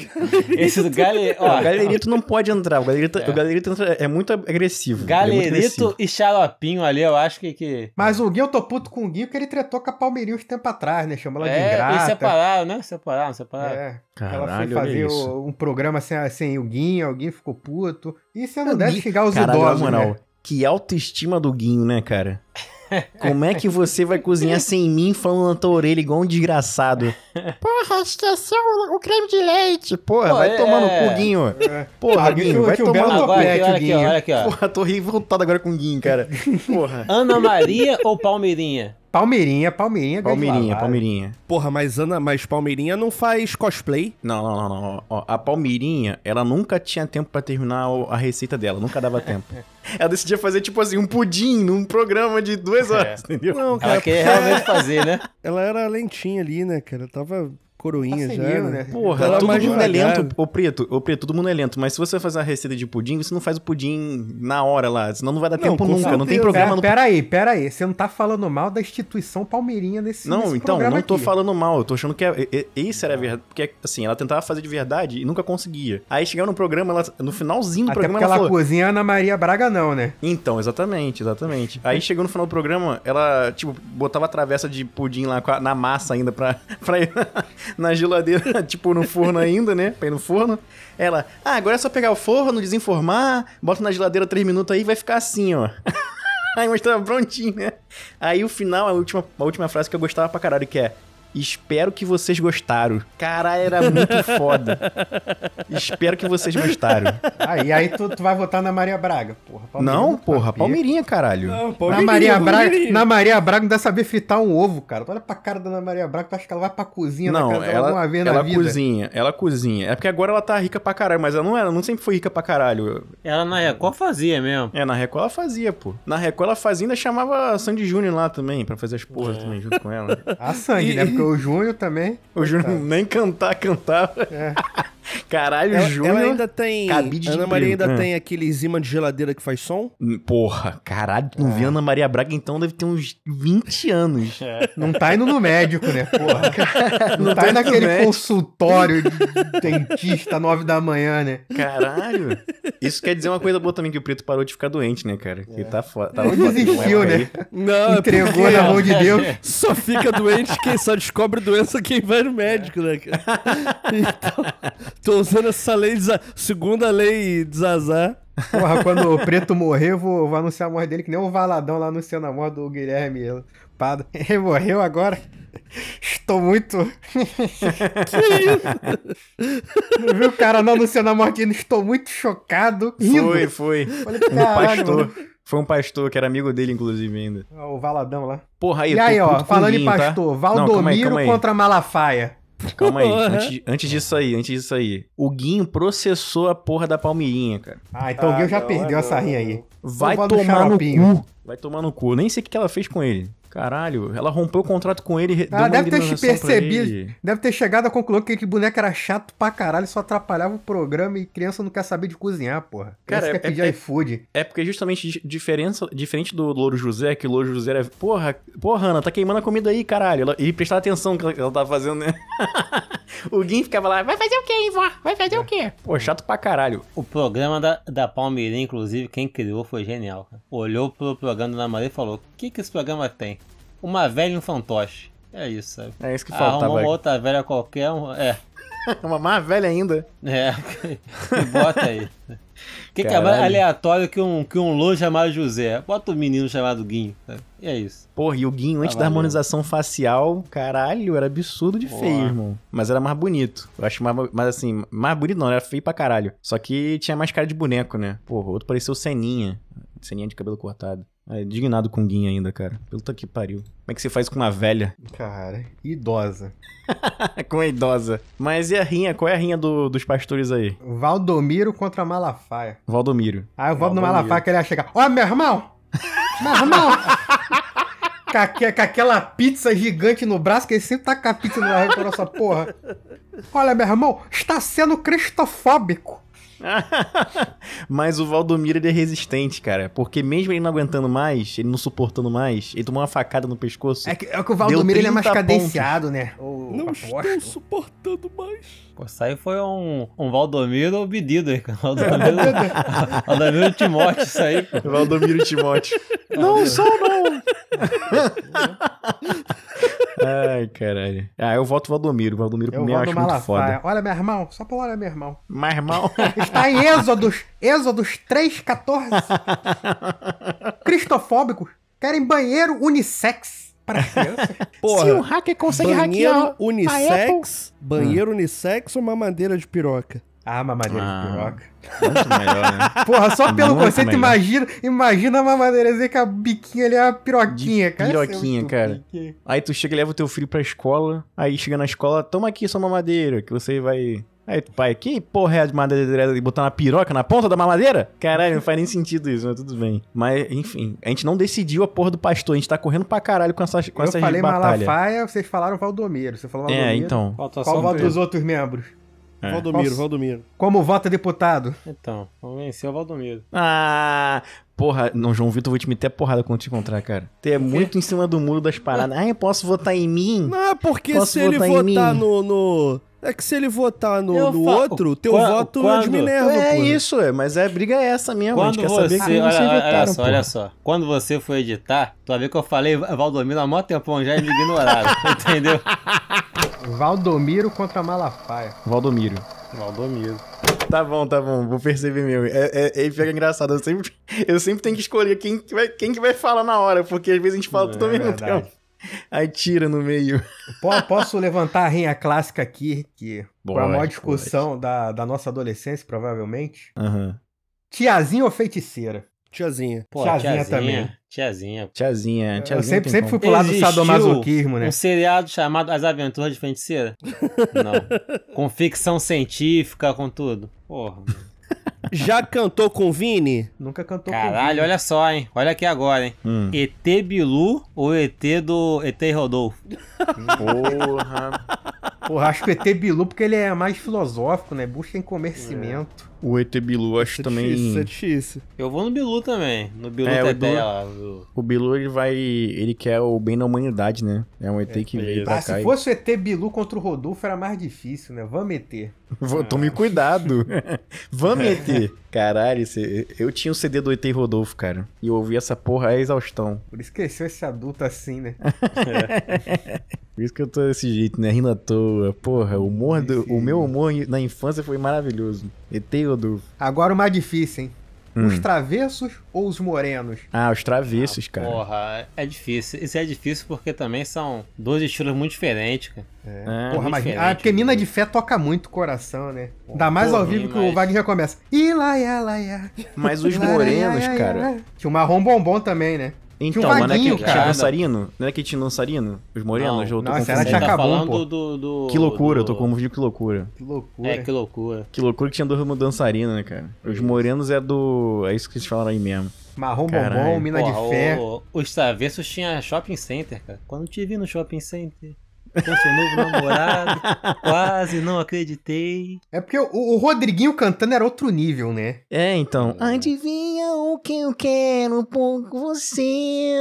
Speaker 4: Esse do gale... ó,
Speaker 3: o galerito não pode entrar. O galerito é, o galerito entra- é muito agressivo. ele é muito agressivo.
Speaker 4: Galerito e xaropinho ali, eu acho que. que...
Speaker 6: Mas o Guinho, eu tô puto com o Guinho que ele tretou com a Palmeirinha uns tempo atrás, né? Chamou ela de
Speaker 4: É, Ah. eles
Speaker 6: ingrata.
Speaker 4: separaram, né? Separaram, separaram.
Speaker 6: É, ela foi
Speaker 3: Caralho, olha
Speaker 6: fazer
Speaker 3: isso.
Speaker 6: o- um programa sem, sem o Guinho, o Guinho ficou puto. E você não
Speaker 3: Eu
Speaker 6: deve
Speaker 3: vi-
Speaker 6: xingar os
Speaker 3: Caralho,
Speaker 6: idosos,
Speaker 3: na moral,
Speaker 6: né?
Speaker 3: que autoestima do Guinho, né, cara? Como é que você vai cozinhar sem mim falando na tua orelha igual um desgraçado? Porra, esqueceu o, o creme de leite. Porra,
Speaker 4: Pô,
Speaker 3: vai
Speaker 4: é-
Speaker 3: tomar no cu, Guinho. Porra,
Speaker 6: Ah,
Speaker 3: Guinho, vai
Speaker 6: tio Belo
Speaker 3: tomar no
Speaker 4: Agora
Speaker 3: cu.
Speaker 4: aqui,
Speaker 6: Topete,
Speaker 4: olha
Speaker 6: o
Speaker 4: aqui,
Speaker 6: Guinho.
Speaker 4: olha aqui, ó.
Speaker 3: Porra, tô revoltado agora com o Guinho, cara. Porra.
Speaker 4: Ana Maria ou Palmeirinha?
Speaker 6: Palmeirinha, Palmeirinha, ganha de
Speaker 3: Palmeirinha,
Speaker 6: lavada.
Speaker 3: Palmeirinha.
Speaker 5: Porra, mas Ana, mas Palmeirinha não faz cosplay.
Speaker 3: Não, não, não, não. Ó, a Palmeirinha, ela nunca tinha tempo pra terminar o- a receita dela, nunca dava tempo. ela decidia fazer, tipo assim, um pudim num programa de duas horas, entendeu?
Speaker 5: É. Não,
Speaker 4: Ela
Speaker 5: cara.
Speaker 4: quer realmente fazer, né?
Speaker 5: Ela era lentinha ali, né, cara? Tava coroinha
Speaker 6: Tá
Speaker 5: já.
Speaker 6: senil,
Speaker 5: né?
Speaker 6: né?
Speaker 3: Porra,
Speaker 5: Ela
Speaker 3: todo
Speaker 5: mais
Speaker 3: mundo é
Speaker 5: devagar.
Speaker 3: lento, ô preto, ô preto, todo mundo é lento, mas se você fazer uma receita de pudim, você não faz o pudim na hora lá, senão não vai dar
Speaker 5: Não,
Speaker 3: tempo
Speaker 5: com
Speaker 3: nunca, não tem
Speaker 5: certeza. É
Speaker 3: programa
Speaker 6: Pera,
Speaker 3: no...
Speaker 6: pera aí, pera aí. Você não tá falando mal da instituição Palmeirinha nesse
Speaker 3: Não,
Speaker 6: nesse
Speaker 3: então,
Speaker 6: programa
Speaker 3: não tô
Speaker 6: aqui.
Speaker 3: falando mal, eu tô achando que é, é- é- isso era verdade, porque assim, ela tentava fazer de verdade e nunca conseguia. Aí chegava no programa, ela, no finalzinho do
Speaker 6: Até
Speaker 3: programa
Speaker 6: porque
Speaker 3: ela
Speaker 6: ela
Speaker 3: falou,
Speaker 6: cozinha Ana Maria Braga não, né?
Speaker 3: Então, exatamente, exatamente. Aí chegou no final do programa, ela, tipo, botava a travessa de pudim lá com a- na massa ainda pra, pra ir na geladeira, tipo, no forno ainda, né? Pra ir no forno. Ela, ah, agora é só pegar o forno, desenformar, bota na geladeira três minutos aí e vai ficar assim, ó. Aí mostrava prontinho, né? Aí o final, a última, a última frase que eu gostava pra caralho, que é. Espero que vocês gostaram. Caralho, era muito foda. Espero que vocês gostaram.
Speaker 6: Aí, aí tu, tu vai votar na Maria Braga, porra. Palmeirinha
Speaker 3: Não,
Speaker 6: não
Speaker 3: porra,
Speaker 6: sabia.
Speaker 3: Palmeirinha, caralho.
Speaker 6: Na Maria, Braga, na Maria Braga não dá saber fritar um ovo, cara. Tu olha pra cara da Ana Maria Braga, tu acha que ela vai pra cozinha
Speaker 3: Não,
Speaker 6: na casa dela
Speaker 3: ela,
Speaker 6: alguma vez na
Speaker 3: ela
Speaker 6: vida?
Speaker 3: cozinha, ela cozinha. É porque agora ela tá rica pra caralho, mas ela não era, não sempre foi rica pra caralho.
Speaker 4: Ela na Record fazia mesmo.
Speaker 3: É, na Record ela fazia, pô. Na Record ela fazia, ainda chamava a Sandy Júnior lá também, pra fazer as
Speaker 5: É.
Speaker 3: porras também junto com ela.
Speaker 6: A sangue, né? Porque o Júnior também.
Speaker 3: O Júnior nem cantar, cantava.
Speaker 6: É.
Speaker 3: Caralho,
Speaker 5: Ela,
Speaker 3: o Júnior.
Speaker 5: ela ainda tem.
Speaker 3: cabide de
Speaker 5: Ana Maria
Speaker 3: emprego,
Speaker 5: ainda
Speaker 3: né?
Speaker 5: tem aqueles imã de geladeira que faz som?
Speaker 3: Porra, caralho, não
Speaker 6: É.
Speaker 3: vi Ana Maria Braga então deve ter uns 20 anos.
Speaker 5: É.
Speaker 6: Não tá indo no médico, né, porra? Não, tá
Speaker 3: tá
Speaker 6: indo
Speaker 3: indo
Speaker 6: naquele
Speaker 3: no médico.
Speaker 6: consultório de dentista, nove da manhã, né?
Speaker 3: Caralho. Isso quer dizer uma coisa boa também, que o Preto parou de ficar doente, né, cara? Que tá foda. Tá
Speaker 6: Ele
Speaker 3: foda,
Speaker 6: É. desistiu,
Speaker 3: né?
Speaker 6: né?
Speaker 5: Não, é
Speaker 6: Entregou
Speaker 5: porque
Speaker 6: na mão de Deus.
Speaker 5: Só fica doente quem só descobre doença quem vai no médico, né, cara? Então, tô usando essa lei, de za- segunda lei de Zazar.
Speaker 6: Porra, quando o Preto morrer, eu vou, vou anunciar a morte dele, que nem o Valadão lá anunciando a morte do Guilherme Pada. Ele morreu agora. Estou muito. Não viu o cara não anunciando a morte dele? Estou muito chocado. Rindo.
Speaker 3: Foi, foi.
Speaker 6: Falei,
Speaker 3: Um
Speaker 6: caralho,
Speaker 3: pastor. Foi um pastor que era amigo dele, inclusive, ainda.
Speaker 6: mano. Ó, O Valadão lá.
Speaker 3: Porra, aí,
Speaker 6: E
Speaker 3: eu tô
Speaker 6: aí,
Speaker 3: puto
Speaker 6: ó,
Speaker 3: com
Speaker 6: falando
Speaker 3: o
Speaker 6: em
Speaker 3: Guinho, tá?
Speaker 6: pastor,
Speaker 3: Não, calma aí,
Speaker 6: Valdomiro
Speaker 3: calma aí.
Speaker 6: contra Malafaia.
Speaker 3: Calma aí,
Speaker 5: Porra.
Speaker 3: antes, antes disso aí, antes disso aí. O Guinho processou a porra da Palmeirinha, cara.
Speaker 6: Ah, então o Guinho já
Speaker 3: é
Speaker 6: perdeu essa rinha aí.
Speaker 3: Vai
Speaker 6: Salvado
Speaker 3: tomar no
Speaker 6: xaropinho.
Speaker 3: cu. Vai tomar no cu. Eu Nem sei o que que ela fez com ele. Caralho, ela rompeu o contrato com ele. re- deu
Speaker 6: Ela
Speaker 3: uma
Speaker 6: Ah, deve ter
Speaker 3: indenização pra
Speaker 6: percebido,
Speaker 3: ele.
Speaker 6: deve ter chegado à conclusão que aquele boneco era chato pra caralho, só atrapalhava o programa e criança não quer saber de cozinhar, porra. Criança
Speaker 3: Cara,
Speaker 6: quer
Speaker 3: é-
Speaker 6: pedir
Speaker 3: é-
Speaker 6: iFood.
Speaker 3: É porque justamente di- diferença, diferente do Louro José, que o Louro José era. Porra, porra, Ana, tá queimando a comida aí, caralho. Ela, e prestava atenção no que ela, ela tava fazendo, né? o Guinho ficava lá, vai fazer o quê, hein, vó? Vai fazer o quê? É. Pô, chato pra caralho.
Speaker 4: O programa da, da Palmeirinha, inclusive, quem criou foi genial. cara. Olhou pro programa da Ana Maria e falou: O que, que esse programa tem? Uma velha e um fantoche. É isso, sabe?
Speaker 3: É isso que
Speaker 4: Arruma
Speaker 3: faltava.
Speaker 4: uma outra velha qualquer. um- É.
Speaker 3: Uma má velha ainda.
Speaker 4: É, e bota aí. O que, que é mais
Speaker 3: Caralho.
Speaker 4: aleatório que um, que um louco chamado José? Bota um menino chamado Guinho. sabe? E é isso.
Speaker 3: Porra, e o Guinho, antes
Speaker 4: Ah,
Speaker 3: da
Speaker 4: valeu.
Speaker 3: harmonização facial, caralho, era absurdo de feio, irmão. Mas era mais bonito. Eu acho mais, mas assim, mais bonito não, era feio pra caralho. Só que tinha mais cara de boneco, né? Porra, o outro parecia o Seninha. Seninha de cabelo cortado. É, indignado com o Guinho ainda, cara. Puta que pariu. Como é que você faz com uma velha?
Speaker 6: Cara, idosa.
Speaker 3: com a idosa. Mas e a rinha? Qual é a rinha do- dos pastores aí?
Speaker 6: Valdomiro contra
Speaker 3: É,
Speaker 6: Malafaia.
Speaker 3: Valdomiro.
Speaker 6: Aí eu volto no Malafaia que ele ia chegar. Ó, meu irmão! Meu irmão! com, aque- com aquela pizza gigante no braço, que ele sempre tá com a pizza no braço nossa porra. Olha, meu irmão, está sendo cristofóbico.
Speaker 3: Mas o Valdomiro ele é resistente, cara. Porque mesmo ele não aguentando mais, ele não suportando mais, ele tomou uma facada no pescoço.
Speaker 6: É que, é que o
Speaker 3: Deu
Speaker 6: Valdomiro ele é mais
Speaker 3: 30
Speaker 6: cadenciado, né? O,
Speaker 5: Não estou
Speaker 6: aposto.
Speaker 5: suportando mais.
Speaker 4: Pô, isso aí foi um, um Valdomiro obedido aí, cara. Valdomiro, Valdomiro Timóteo, isso aí, pô.
Speaker 3: Valdomiro Timóteo. não sou, não! Ai, caralho. Ah, eu voto Valdomiro. Valdomiro pra
Speaker 6: Eu
Speaker 3: mim eu
Speaker 6: vou no
Speaker 3: acho muito
Speaker 6: Malafaia.
Speaker 3: foda.
Speaker 6: Olha, meu irmão, só pra olhar, meu irmão.
Speaker 3: Mas mal.
Speaker 6: Está em Êxodos, Êxodos 3, 14. Cristofóbicos querem banheiro unissex para crianças.
Speaker 5: Porra,
Speaker 3: hacker
Speaker 5: banheiro unissex, banheiro unissex ou mamadeira de piroca?
Speaker 6: Ah, mamadeira
Speaker 3: Ah.
Speaker 6: de piroca.
Speaker 3: Muito melhor, né?
Speaker 6: Porra, só pelo
Speaker 3: Muito
Speaker 6: conceito,
Speaker 3: melhor.
Speaker 6: imagina, imagina a mamadeirazinha com a biquinha ali, a piroquinha,
Speaker 3: De
Speaker 6: cara. é
Speaker 3: piroquinha,
Speaker 6: Seu
Speaker 3: cara. é
Speaker 6: biquinho.
Speaker 3: Aí tu chega e leva o teu filho pra escola. Aí chega na escola, toma aqui sua mamadeira, que você vai. Aí tu, pai, que porra é a de mamadeira e botar uma piroca na ponta da mamadeira? Caralho, não faz nem sentido isso, mas tudo bem. Mas, enfim, a gente não decidiu a porra do pastor, a gente tá correndo pra caralho com essas, com
Speaker 6: Eu
Speaker 3: essas
Speaker 6: falei
Speaker 3: batalhas.
Speaker 6: Malafaia, vocês falaram Valdomiro. Você falou Valdomiro.
Speaker 3: É, então.
Speaker 4: Falta
Speaker 6: Qual
Speaker 4: só
Speaker 6: o voto
Speaker 4: um.
Speaker 6: dos outros membros?
Speaker 3: É.
Speaker 5: Valdomiro,
Speaker 6: Posso-
Speaker 5: Valdomiro.
Speaker 6: Como vota deputado?
Speaker 4: Então, vamos vencer o Valdomiro.
Speaker 3: Ah, porra, não, João Vitor, eu vou te meter a porrada quando te encontrar, cara. Tu é muito em cima do muro das paradas. Ah, eu posso votar em mim?
Speaker 5: Não, é porque
Speaker 3: Posso
Speaker 5: se ele
Speaker 3: votar em
Speaker 5: votar
Speaker 3: mim?
Speaker 5: no, no- É que se ele votar no,
Speaker 4: Eu
Speaker 5: no
Speaker 4: fa-
Speaker 5: outro, teu
Speaker 4: Qua-
Speaker 5: voto é de
Speaker 4: quando?
Speaker 5: Minerva,
Speaker 3: É
Speaker 5: pô.
Speaker 3: isso, é, mas é briga é essa mesmo. a
Speaker 4: Quando
Speaker 3: gente quer
Speaker 4: você,
Speaker 3: saber que
Speaker 4: olha,
Speaker 3: vocês
Speaker 4: olha,
Speaker 3: votaram,
Speaker 4: só,
Speaker 3: pô.
Speaker 4: olha só. Quando você for editar, tu vai ver que eu falei Valdomiro há mó tempão já e me ignoraram, entendeu?
Speaker 6: Valdomiro contra Malafaia.
Speaker 3: Valdomiro.
Speaker 4: Valdomiro.
Speaker 3: Tá bom, tá bom, vou perceber mesmo. É, é, é, fica engraçado. Eu sempre, eu sempre tenho que escolher quem que, vai, quem que vai falar na hora, porque às vezes a gente fala tudo ao mesmo
Speaker 6: É verdade.
Speaker 3: tempo. Aí tira no meio.
Speaker 6: Po- Posso levantar a rinha clássica aqui, que foi a
Speaker 3: Pode,
Speaker 6: maior
Speaker 3: pode.
Speaker 6: discussão da, da nossa adolescência, provavelmente.
Speaker 3: Aham.
Speaker 6: Tiazinha ou feiticeira?
Speaker 5: Tiazinha.
Speaker 4: Pô,
Speaker 6: Tiazinha
Speaker 4: tiazinha,
Speaker 6: também.
Speaker 4: também. Tiazinha.
Speaker 3: Tiazinha, tiazinha.
Speaker 6: eu sempre,
Speaker 3: tem
Speaker 6: sempre fui
Speaker 3: como.
Speaker 6: pro lado do
Speaker 4: Existiu
Speaker 6: sadomasoquismo, né?
Speaker 4: Um seriado chamado As Aventuras de Feiticeira? Não. com ficção científica, com tudo. Porra.
Speaker 5: Já cantou com o Vini?
Speaker 6: Nunca cantou
Speaker 4: Caralho, olha só, hein? Olha aqui agora, hein?
Speaker 3: Hum.
Speaker 4: ET Bilu ou ET do ET Rodolfo?
Speaker 3: Porra.
Speaker 6: Porra, acho que o ET Bilu, porque ele é mais filosófico, né? Busca em comercimento.
Speaker 3: O ET Bilu, acho
Speaker 5: Difícil, é
Speaker 3: também.
Speaker 5: difícil.
Speaker 4: Eu vou no Bilu também. No Bilu
Speaker 3: É, o
Speaker 4: Teté
Speaker 3: Bilu-
Speaker 4: lá. do-
Speaker 3: O Bilu, ele vai. Ele quer o bem da humanidade, né? É um ET que veio pra
Speaker 6: Ah,
Speaker 3: cá.
Speaker 6: se
Speaker 3: e-
Speaker 6: fosse o ET Bilu contra o Rodolfo, era mais difícil, né? Vamos meter.
Speaker 3: Vou, tome cuidado. Vamos meter. Caralho, esse- eu tinha o CD do ET Rodolfo, cara. E eu ouvi essa porra a exaustão.
Speaker 6: Por isso cresceu esse adulto assim, né?
Speaker 3: Por isso que eu tô desse jeito, né? Rindo à toa. Porra, o humor do,
Speaker 6: Esse-
Speaker 3: o meu humor na infância foi maravilhoso. ET Rodolfo.
Speaker 6: Agora o mais difícil, hein? Os
Speaker 3: Hum.
Speaker 6: travessos ou os morenos?
Speaker 3: Ah, os travessos, cara.
Speaker 4: Porra, é difícil. Isso é difícil porque também são dois estilos muito diferentes, cara.
Speaker 3: Ah,
Speaker 6: Porra,
Speaker 4: muito
Speaker 6: mas
Speaker 4: diferente,
Speaker 6: ah, porque mina
Speaker 4: né?
Speaker 6: de fé toca muito o coração, né? Ainda mais ao
Speaker 4: porra,
Speaker 6: vivo
Speaker 4: sim,
Speaker 6: que o
Speaker 4: mas-
Speaker 6: Wagner já começa. Ih, lá, ia, lá, ia.
Speaker 3: mas os
Speaker 6: Lá, lá,
Speaker 3: morenos,
Speaker 6: ia, ia,
Speaker 3: cara.
Speaker 6: ia. Tinha o marrom bombom também, né?
Speaker 3: Então,
Speaker 6: um
Speaker 3: mas não é
Speaker 6: vaguinho,
Speaker 3: que tinha
Speaker 6: cara.
Speaker 3: dançarino? Não é que tinha dançarino? Os morenos?
Speaker 4: Não,
Speaker 3: eu tô
Speaker 6: não, esse era
Speaker 4: Você
Speaker 3: confundindo.
Speaker 6: Chacabum,
Speaker 4: tá falando
Speaker 6: pô.
Speaker 4: do, do-
Speaker 3: Que loucura, eu
Speaker 4: do-
Speaker 3: tô confundindo que loucura.
Speaker 6: Que loucura.
Speaker 4: É, que loucura.
Speaker 3: Que loucura que tinha dois dançarinos, né, cara? Os morenos é do. É isso que vocês falaram aí mesmo.
Speaker 6: Marrom bombom,
Speaker 3: Caralho.
Speaker 6: mina
Speaker 4: Porra,
Speaker 6: de fé.
Speaker 4: o- os travessos tinha shopping center, cara. Quando te vi no shopping center, com seu novo namorado, quase não acreditei.
Speaker 6: É porque o, o Rodriguinho cantando era outro nível, né?
Speaker 3: É, então. Adivinha o que eu quero por você.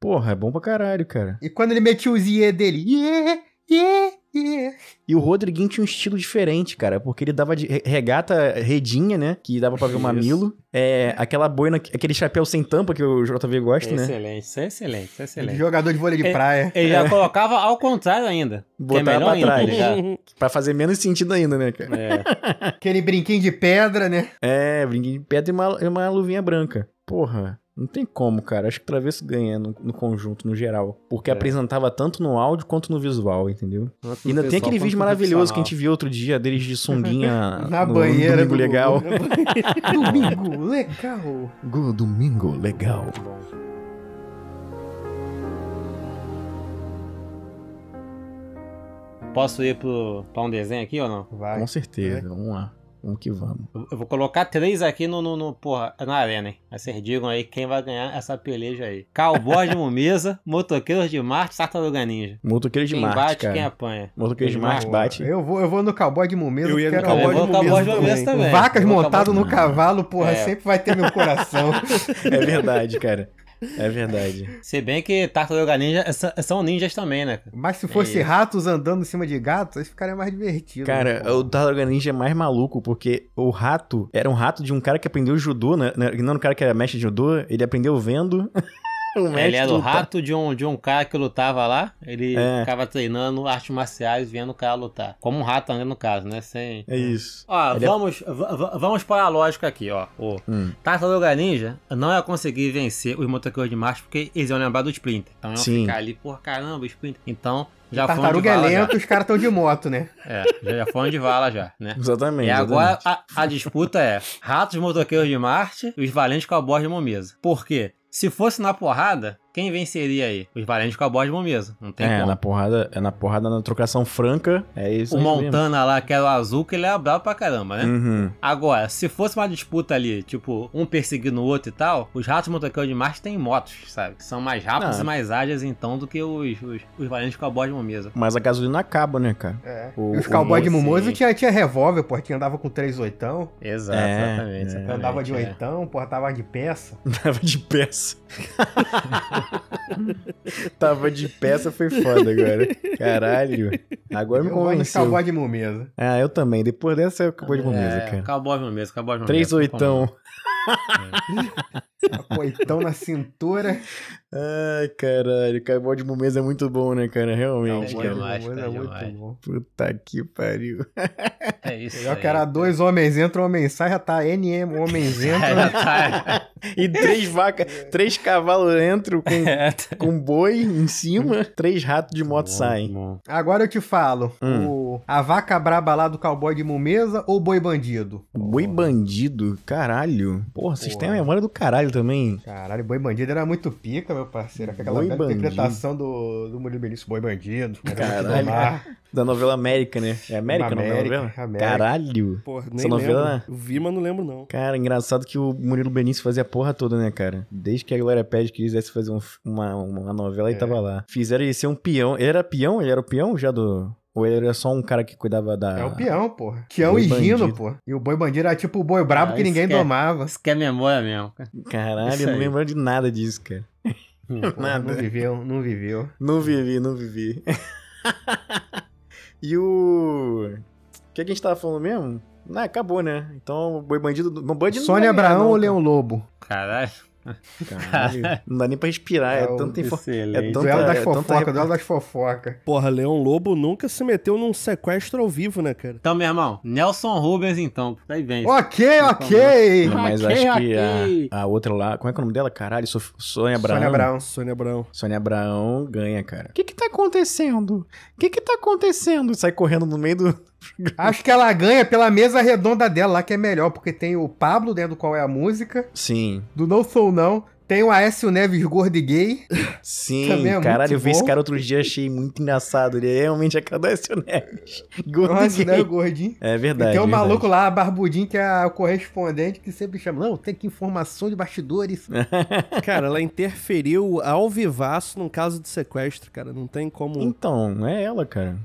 Speaker 3: Porra, é bom pra caralho, cara.
Speaker 6: E quando ele metia os iê dele, iê, iê, iê.
Speaker 3: E o Rodriguinho tinha um estilo diferente, cara, porque ele dava de re- regata redinha, né? Que dava pra ver o
Speaker 4: Isso.
Speaker 3: mamilo. É, aquela boina, aquele chapéu sem tampa que o JV gosta, né?
Speaker 4: Excelente, isso é excelente, isso é
Speaker 6: De
Speaker 4: excelente.
Speaker 6: Jogador de vôlei de
Speaker 4: É-
Speaker 6: praia.
Speaker 4: Ele já colocava ao contrário ainda. que é
Speaker 3: Botava
Speaker 4: melhor
Speaker 3: pra
Speaker 4: ainda,
Speaker 3: trás. né?
Speaker 4: tá ligado?
Speaker 3: Pra fazer menos sentido ainda, né, cara?
Speaker 4: É.
Speaker 6: Aquele brinquinho de pedra, né?
Speaker 3: É, brinquedo de pedra e uma, e uma luvinha branca. Porra, não tem como, cara. Acho que o Travesso ganha no, no conjunto, no geral. Porque
Speaker 6: É.
Speaker 3: apresentava tanto no áudio quanto no visual, entendeu? E ainda tem aquele vídeo maravilhoso que a gente viu outro dia deles de sunguinha
Speaker 6: Na
Speaker 3: Ah, no- no
Speaker 6: banheira
Speaker 3: Domingo
Speaker 6: do-
Speaker 3: legal.
Speaker 6: Domingo, legal.
Speaker 3: Go- Domingo legal.
Speaker 4: Posso ir pro, pra um desenho aqui ou não?
Speaker 6: Vai.
Speaker 3: Com certeza, vamos lá. Vamos que vamos.
Speaker 4: Eu- Eu vou colocar três aqui no, no, no- porra, na arena, hein? Aí vocês digam aí quem vai ganhar essa peleja aí. Cowboy de Mumesa, Motoqueiros de Marte, Tartaruga Ninja.
Speaker 3: Motoqueiro de
Speaker 4: Quem
Speaker 3: Marte,
Speaker 4: bate,
Speaker 3: cara.
Speaker 4: quem é apanha.
Speaker 3: Motoqueiro de
Speaker 4: Quem
Speaker 3: Marte bate.
Speaker 6: Eu vou, eu vou no cowboy de Mumeza.
Speaker 5: Eu ia no
Speaker 6: quero-
Speaker 5: cowboy
Speaker 4: Eu vou no Cowboy de
Speaker 5: Mumeza
Speaker 4: Mumesa
Speaker 5: também.
Speaker 4: também.
Speaker 6: Vacas
Speaker 4: Eu vou no
Speaker 6: montado
Speaker 4: Cowboy de
Speaker 6: no cavalo, porra,
Speaker 4: É.
Speaker 6: sempre vai ter meu coração.
Speaker 3: É verdade, cara. É verdade.
Speaker 4: Se bem que Tartaruga Ninja é- são- são ninjas também, né? cara?
Speaker 6: Mas se fosse
Speaker 4: É.
Speaker 6: ratos andando em cima de gatos, aí ficaria mais divertido. né,
Speaker 3: Cara,
Speaker 6: pô?
Speaker 3: o Tartaruga Ninja é mais maluco, porque o rato era um rato de um cara que aprendeu judô, né? né, Não, um cara que era mestre de judô, ele aprendeu vendo. o
Speaker 4: Ele era o
Speaker 3: Um luta-
Speaker 4: rato de um, de um cara que lutava lá. Ele
Speaker 3: É.
Speaker 4: ficava treinando artes marciais, vendo o cara lutar. Como um rato, né, no caso, né? Sem...
Speaker 3: É isso.
Speaker 4: Ó,
Speaker 3: Ele é-
Speaker 4: vamos, va- va- vamos para a lógica aqui, ó. O
Speaker 3: Hum.
Speaker 4: Tartaruga Ninja não ia conseguir vencer os motoqueiros de Marte porque eles iam lembrar do Splinter. Então iam
Speaker 3: Sim.
Speaker 4: ficar ali, por caramba, o Splinter. Então, já foram de
Speaker 6: Tartaruga é
Speaker 4: vala já.
Speaker 6: lento, os caras estão de moto, né?
Speaker 4: É, já, já foram de vala já, né?
Speaker 3: Exatamente.
Speaker 4: E agora
Speaker 3: exatamente.
Speaker 4: a, a disputa é ratos motoqueiros de Marte e os valentes cowboys de Momesa. Por quê? Se fosse na porrada, quem venceria aí? Os valentes cowboys de Momesa. Não tem
Speaker 3: É,
Speaker 4: como.
Speaker 3: na porrada, é na porrada, na trocação franca, é isso
Speaker 4: O
Speaker 3: aí
Speaker 4: Montana lá, que era o azul, que ele era brabo pra caramba, né?
Speaker 3: mesmo. Uhum.
Speaker 4: Agora, se fosse uma disputa ali, tipo, um perseguindo o outro e tal, os ratos motoqueiros de Marte têm motos, sabe? São mais rápidos
Speaker 3: Ah.
Speaker 4: e mais ágeis, então, do que os, os, os valentes cowboys de Momesa.
Speaker 3: Mas a gasolina acaba, né, cara?
Speaker 6: É.
Speaker 3: O-
Speaker 6: e os
Speaker 3: o
Speaker 6: cowboy de
Speaker 4: moço,
Speaker 6: Mimoso
Speaker 4: sim.
Speaker 6: tinha, tinha revólver, porra, tinha andava com três oitão,
Speaker 4: Exato,
Speaker 3: É, é.
Speaker 4: exatamente, exatamente.
Speaker 6: andava de
Speaker 4: é.
Speaker 6: oitão, porra, tava de peça.
Speaker 3: Tava de peça. Tava de peça, foi foda agora. Caralho. Agora me
Speaker 6: Eu vou nos
Speaker 3: convenceu.
Speaker 6: cowboy de Mimoso.
Speaker 3: Ah, eu também. Depois dessa eu acabou de uma mesa,
Speaker 4: É,
Speaker 3: cara.
Speaker 4: Cowboy de Momesa, cowboy de Momesa.
Speaker 3: Três oitão.
Speaker 6: Com oitão na cintura.
Speaker 3: Ai, caralho. Cowboy de Mumesa é muito bom, né, cara? Realmente,
Speaker 4: Cowboy
Speaker 6: Cowboy de
Speaker 3: cara.
Speaker 4: demais,
Speaker 6: Mimoso
Speaker 4: cara,
Speaker 6: é muito
Speaker 4: demais.
Speaker 6: bom.
Speaker 3: Puta que pariu.
Speaker 4: É isso
Speaker 6: Melhor
Speaker 4: aí.
Speaker 6: que era dois homens entram, homem sai, já tá NM, homens
Speaker 4: É,
Speaker 6: entram.
Speaker 4: já tá-
Speaker 3: E três
Speaker 6: É.
Speaker 3: vacas, três cavalos dentro com,
Speaker 4: é, tá-
Speaker 3: com boi em cima, três ratos de moto saem.
Speaker 4: Bom,
Speaker 6: Agora eu te falo,
Speaker 3: Hum.
Speaker 6: o, a vaca braba lá do cowboy de Mumeza ou boi bandido?
Speaker 3: Boi bandido, caralho. Porra, vocês têm a
Speaker 6: Porra.
Speaker 3: memória do caralho também.
Speaker 6: Caralho, boi bandido era muito pica, meu parceiro. Aquela
Speaker 3: Boi
Speaker 6: bela
Speaker 3: Bandido.
Speaker 6: interpretação do, do Murilo Benício, boi bandido.
Speaker 3: Caralho. Da novela América, né? É América, não é
Speaker 6: América,
Speaker 3: novela?
Speaker 6: América.
Speaker 3: Caralho.
Speaker 5: Porra, nem
Speaker 3: Essa novela- né?
Speaker 5: lembro. Eu vi, mas não lembro, não.
Speaker 3: Cara, engraçado que o Murilo Benício fazia a porra toda, né, cara? Desde que a Glória Pérez quisesse fazer um f- uma, uma novela, ele
Speaker 6: É.
Speaker 3: tava lá. Fizeram ele ser um peão. Ele era peão? Ele era o peão já do... Ou ele era só um cara que cuidava da...
Speaker 6: É o peão, porra. Peão
Speaker 3: Boi
Speaker 6: e
Speaker 3: bandido.
Speaker 6: Gino, porra. E o boi bandido era tipo o boi brabo
Speaker 4: Ah,
Speaker 6: que
Speaker 4: isso
Speaker 6: ninguém
Speaker 4: que é.
Speaker 6: domava.
Speaker 4: Isso que é memória mesmo. cara.
Speaker 3: Caralho,
Speaker 4: Isso
Speaker 3: eu não
Speaker 4: aí.
Speaker 3: lembro de nada disso, cara.
Speaker 6: Hum, Porra,
Speaker 3: Nada.
Speaker 6: Não viveu, não viveu.
Speaker 3: Não vivi, não vivi. e o... O que, que a gente tava falando mesmo? Ah, acabou, né? Então, o boi bandido... Não, bandido
Speaker 6: Sônia
Speaker 3: não vai ganhar,
Speaker 6: Abraão
Speaker 3: não,
Speaker 6: ou
Speaker 3: cara.
Speaker 6: Leão Lobo?
Speaker 4: Caralho.
Speaker 3: Caralho, não dá nem pra respirar, é,
Speaker 6: É o
Speaker 3: tanta informação.
Speaker 4: Excelente.
Speaker 3: Tanta-
Speaker 6: duelo das
Speaker 3: é, tanta
Speaker 6: fofocas,
Speaker 3: rep-
Speaker 6: duelo das fofocas.
Speaker 5: Porra, Leão Lobo nunca se meteu num sequestro ao vivo, né, cara?
Speaker 4: Então, meu irmão, Nelson Rubens, então. Tá aí bem.
Speaker 6: Ok, ok.
Speaker 3: Não, mas
Speaker 4: Ok,
Speaker 3: acho que
Speaker 4: ok.
Speaker 3: a, a outra lá, como é que é o nome dela? Caralho, Sof- Sônia Abraão.
Speaker 6: Sônia Abraão.
Speaker 5: Sônia Abrão.
Speaker 3: Sônia Abraão ganha, cara. O que que tá acontecendo? O que que tá acontecendo? Sai correndo no meio do...
Speaker 6: Acho que ela ganha pela mesa redonda dela lá, que é melhor, porque tem o Pablo dentro do qual é a música,
Speaker 3: Sim,
Speaker 6: do Não Sou Não, tem o Aécio Neves gordo e gay.
Speaker 3: sim.
Speaker 6: Também é muito
Speaker 3: caralho, eu vi esse
Speaker 6: bom.
Speaker 3: cara outro dia, achei muito engraçado. Ele é realmente é cada Neves. Gordo
Speaker 6: Nossa,
Speaker 3: gay.
Speaker 6: né, o gordinho.
Speaker 3: É verdade,
Speaker 6: E tem um
Speaker 3: verdade.
Speaker 6: maluco lá, barbudinho, que é o correspondente, que sempre chama. Não, tem que informação de bastidores.
Speaker 3: É,
Speaker 6: É
Speaker 5: Cara, ela interferiu ao vivaço num caso de sequestro, cara. Não tem como.
Speaker 3: Então, é ela, cara.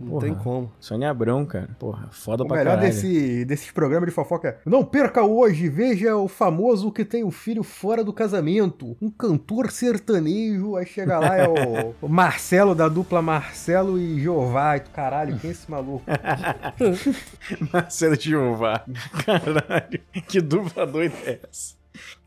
Speaker 5: Não
Speaker 3: Porra,
Speaker 5: tem como.
Speaker 3: Sônia Abrão, cara. Porra, foda
Speaker 6: O
Speaker 3: pra
Speaker 6: melhor
Speaker 3: caralho.
Speaker 6: desse, desses programas de fofoca é. Não perca hoje, veja o famoso que tem um filho fora do casamento. Um cantor sertanejo. Aí chega lá, é o, o Marcelo, da dupla Marcelo e Jeová. E tu, Caralho, quem é esse maluco?
Speaker 3: Marcelo de Jeová. Caralho, que dupla doida é essa?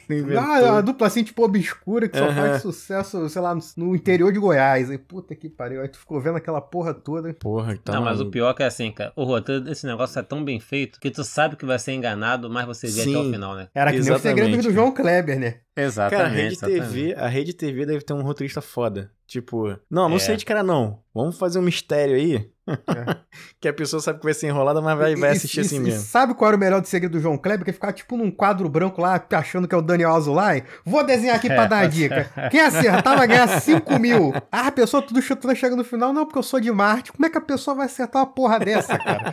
Speaker 3: Inventou.
Speaker 6: Ah, é uma dupla assim, tipo, obscura, que só
Speaker 3: Aham.
Speaker 6: faz sucesso, sei lá, no, no interior de Goiás. Aí, puta que pariu. Aí tu ficou vendo aquela porra toda.
Speaker 3: Porra, então.
Speaker 4: Não, mas o pior é que é assim, cara. O roteiro desse negócio é tão bem feito que tu sabe que vai ser enganado, mas você vê até
Speaker 3: Sim.
Speaker 4: o final, né?
Speaker 6: Era que nem os
Speaker 3: Exatamente,
Speaker 6: segredos do
Speaker 3: cara.
Speaker 6: João Kleber, né?
Speaker 4: é Exatamente.
Speaker 3: Cara, a Rede TV, a Rede TV deve ter um roteirista foda. Tipo, não, não
Speaker 4: É.
Speaker 3: sei de cara não. Vamos fazer um mistério aí?
Speaker 4: É.
Speaker 3: que a pessoa sabe que vai ser enrolada, mas vai, vai
Speaker 6: E-
Speaker 3: assistir
Speaker 6: e-
Speaker 3: assim
Speaker 6: e
Speaker 3: mesmo.
Speaker 6: sabe qual era o melhor de segredo do João Kleber? Que ficar tipo num quadro branco lá, achando que é o Daniel Azulay. Vou desenhar aqui pra
Speaker 4: É,
Speaker 6: dar a
Speaker 4: pode
Speaker 6: dica. Quem acertar vai ganhar 5 mil. Ah, a pessoa tudo chutando, chega no final. Não, porque eu sou de Marte. Como é que a pessoa vai acertar uma porra dessa, cara?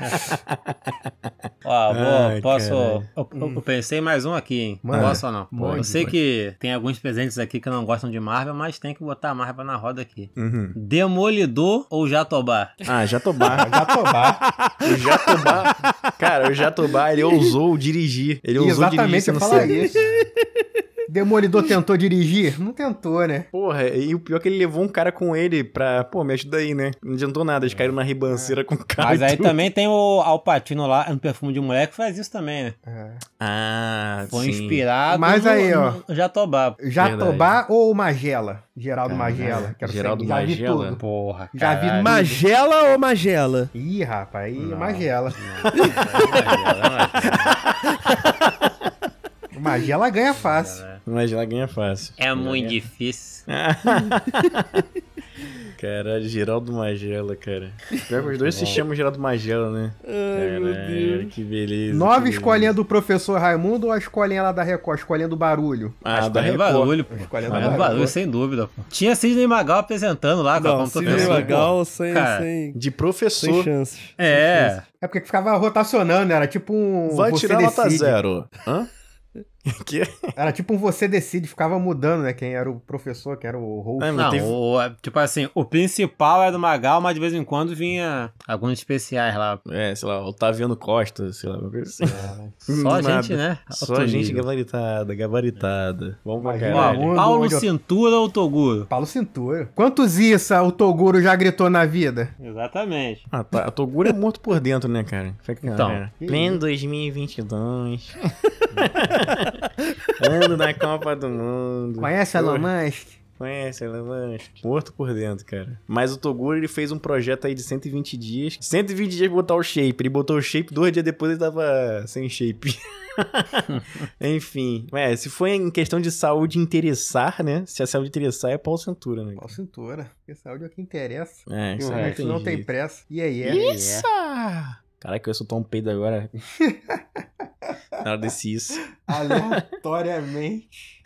Speaker 4: Ó, vou-
Speaker 3: Ai,
Speaker 4: posso.
Speaker 3: caralho.
Speaker 4: Eu, eu- eu pensei mais um aqui, hein?
Speaker 6: Manda.
Speaker 4: Posso ou não?
Speaker 6: Manda.
Speaker 4: eu sei que tem alguns presentes aqui que não gostam de Marvel, mas tem que botar a Marvel na roda aqui.
Speaker 3: Uhum.
Speaker 4: Demolidor ou Jatobá?
Speaker 3: Ah, Jatobá.
Speaker 6: Jatobá.
Speaker 3: o Jatobá. Cara, o Jatobá, ele ousou dirigir. Ele ousou
Speaker 6: Exatamente,
Speaker 3: dirigir.
Speaker 6: eu
Speaker 3: no
Speaker 6: falar
Speaker 3: cinema.
Speaker 6: isso. Demolidor tentou dirigir? Não tentou, né?
Speaker 3: Porra, e o pior é que ele levou um cara com ele pra. Pô, me ajuda aí, né? Não adiantou nada, eles caíram na ribanceira com o cara.
Speaker 4: É. Mas
Speaker 3: e
Speaker 4: aí
Speaker 3: tudo.
Speaker 4: também tem o Alpatino lá no perfume de mulher que faz isso também, né?
Speaker 3: Ah,
Speaker 4: Foi
Speaker 3: sim.
Speaker 4: inspirado
Speaker 6: Mas
Speaker 4: no,
Speaker 6: aí, ó.
Speaker 4: no Jatobá.
Speaker 6: Jatobá ou Magela? Geraldo
Speaker 3: Caralho.
Speaker 6: Magela. Quero
Speaker 3: Geraldo
Speaker 6: saber. Já vi
Speaker 3: Magela?
Speaker 6: tudo.
Speaker 4: Porra,
Speaker 6: Já vi
Speaker 4: caralho.
Speaker 5: Magela ou Magela?
Speaker 6: Ih, rapaz, aí Magela. Magela ganha fácil.
Speaker 3: Mas lá ganha fácil.
Speaker 4: É muito difícil.
Speaker 3: Caralho, Geraldo Magela, cara. Pior que os dois se chamam Geraldo Magela, né? Ai, meu Deus. Que beleza.
Speaker 6: Nove
Speaker 3: que
Speaker 6: escolinha do professor Raimundo ou a escolinha lá da Record? Escolinha do barulho?
Speaker 3: beleza. Ah, da
Speaker 4: Escolhendo
Speaker 3: Record.
Speaker 4: é barulho, pô.
Speaker 6: Escolhendo
Speaker 4: Escolhendo
Speaker 6: barulho.
Speaker 4: barulho, sem dúvida, pô. Tinha Sidney Magal apresentando lá, cara,
Speaker 5: Não,
Speaker 4: como todo
Speaker 5: Sidney
Speaker 4: mundo.
Speaker 5: Magal sem,
Speaker 4: Cara.
Speaker 5: sem,
Speaker 3: De
Speaker 5: sem
Speaker 3: professor.
Speaker 5: chances.
Speaker 4: É.
Speaker 6: É porque ficava rotacionando, era tipo um.
Speaker 3: Vai
Speaker 6: você
Speaker 3: tirar nota
Speaker 6: decide.
Speaker 3: zero. Hã? Que?
Speaker 6: Era tipo um você decide, ficava mudando, né? Quem era o professor, quem era o host.
Speaker 3: Ah, mas
Speaker 4: Não,
Speaker 3: tem-
Speaker 4: o- tipo assim, o principal era do Magal, mas de vez em quando vinha alguns especiais lá.
Speaker 3: É, sei lá, Otaviano Costa, sei lá, uma coisa assim.
Speaker 4: Só a
Speaker 3: Nada.
Speaker 4: gente, né?
Speaker 3: Só
Speaker 4: Outro
Speaker 3: gente é
Speaker 4: nível.
Speaker 3: gabaritada, gabaritada. Vamos pra
Speaker 6: Imagina,
Speaker 3: caralho.
Speaker 6: Onde-
Speaker 4: Paulo
Speaker 6: onde eu-
Speaker 4: Cintura ou Toguro?
Speaker 6: Paulo Cintura. Quantos Issa o Toguro já gritou na vida?
Speaker 4: Exatamente.
Speaker 3: Ah, tá. A Toguro é morto por dentro, né, cara? Fica
Speaker 4: Então.
Speaker 3: cara. Pleno 2022. Ano da Copa do Mundo.
Speaker 6: Conhece a
Speaker 3: Porra,
Speaker 6: Lomansky?
Speaker 3: Conhece, Alamanche. Morto por dentro, cara. Mas o Toguro, ele fez um projeto aí de 120 dias. 120 dias pra botar o shape. Ele botou o shape, dois dias depois ele tava sem shape. Enfim. É, se foi em questão de saúde interessar, né? Se a saúde interessar, é Paulo Cintura, né?
Speaker 6: Paulo Cintura. Porque saúde é o que interessa.
Speaker 3: É,
Speaker 6: E o
Speaker 3: isso aí não
Speaker 6: resto
Speaker 3: tem,
Speaker 6: não tem né?
Speaker 3: jeito.
Speaker 6: pressa. E aí, é.
Speaker 3: Isso! Caraca, eu sou tão peido agora. Na hora desse isso.
Speaker 6: Aleatoriamente.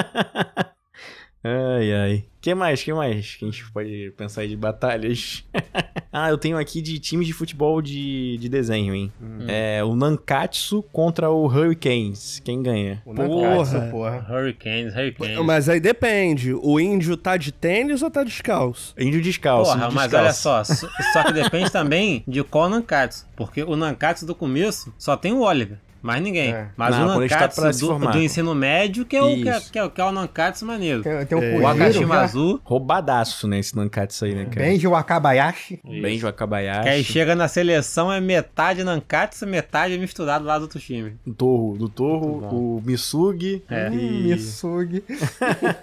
Speaker 3: ai, ai. que mais? que mais? Que a gente pode pensar aí de batalhas? ah, eu tenho aqui de times de futebol de, de desenho, hein?
Speaker 4: Hum.
Speaker 3: É o Nankatsu contra o Hurricanes. Quem ganha?
Speaker 6: O
Speaker 5: Porra.
Speaker 6: Nankatsu, porra.
Speaker 4: Hurricanes, Hurricanes.
Speaker 5: É. Mas aí depende. O índio tá de tênis ou tá descalço?
Speaker 3: Índio descalço.
Speaker 4: Porra,
Speaker 3: índio
Speaker 4: mas
Speaker 3: descalço.
Speaker 4: olha só, só só que depende também de qual Nankatsu. Porque o Nankatsu do começo só tem o Oliver, mais ninguém.
Speaker 6: É.
Speaker 4: Mas
Speaker 3: Não,
Speaker 4: o
Speaker 3: quando ele tá
Speaker 4: Nankatsu
Speaker 3: pra se
Speaker 4: do,
Speaker 3: formar.
Speaker 4: do ensino médio, que é o, que é,
Speaker 3: Isso.
Speaker 4: que é, o- que é o Nankatsu maneiro.
Speaker 6: Tem, tem um
Speaker 5: É.
Speaker 4: O Akashima
Speaker 6: já.
Speaker 4: Azul,
Speaker 3: Roubadaço, né? Esse Nankatsu
Speaker 4: É.
Speaker 3: aí, né, cara?
Speaker 6: Benji Wakabayashi.
Speaker 3: Benjo Akabayashi.
Speaker 4: que aí chega na seleção, é metade Nankatsu, metade misturado lá do outro time.
Speaker 3: Do Torro. Do Torro, o Misugi.
Speaker 4: É.
Speaker 3: e-
Speaker 6: Misugi.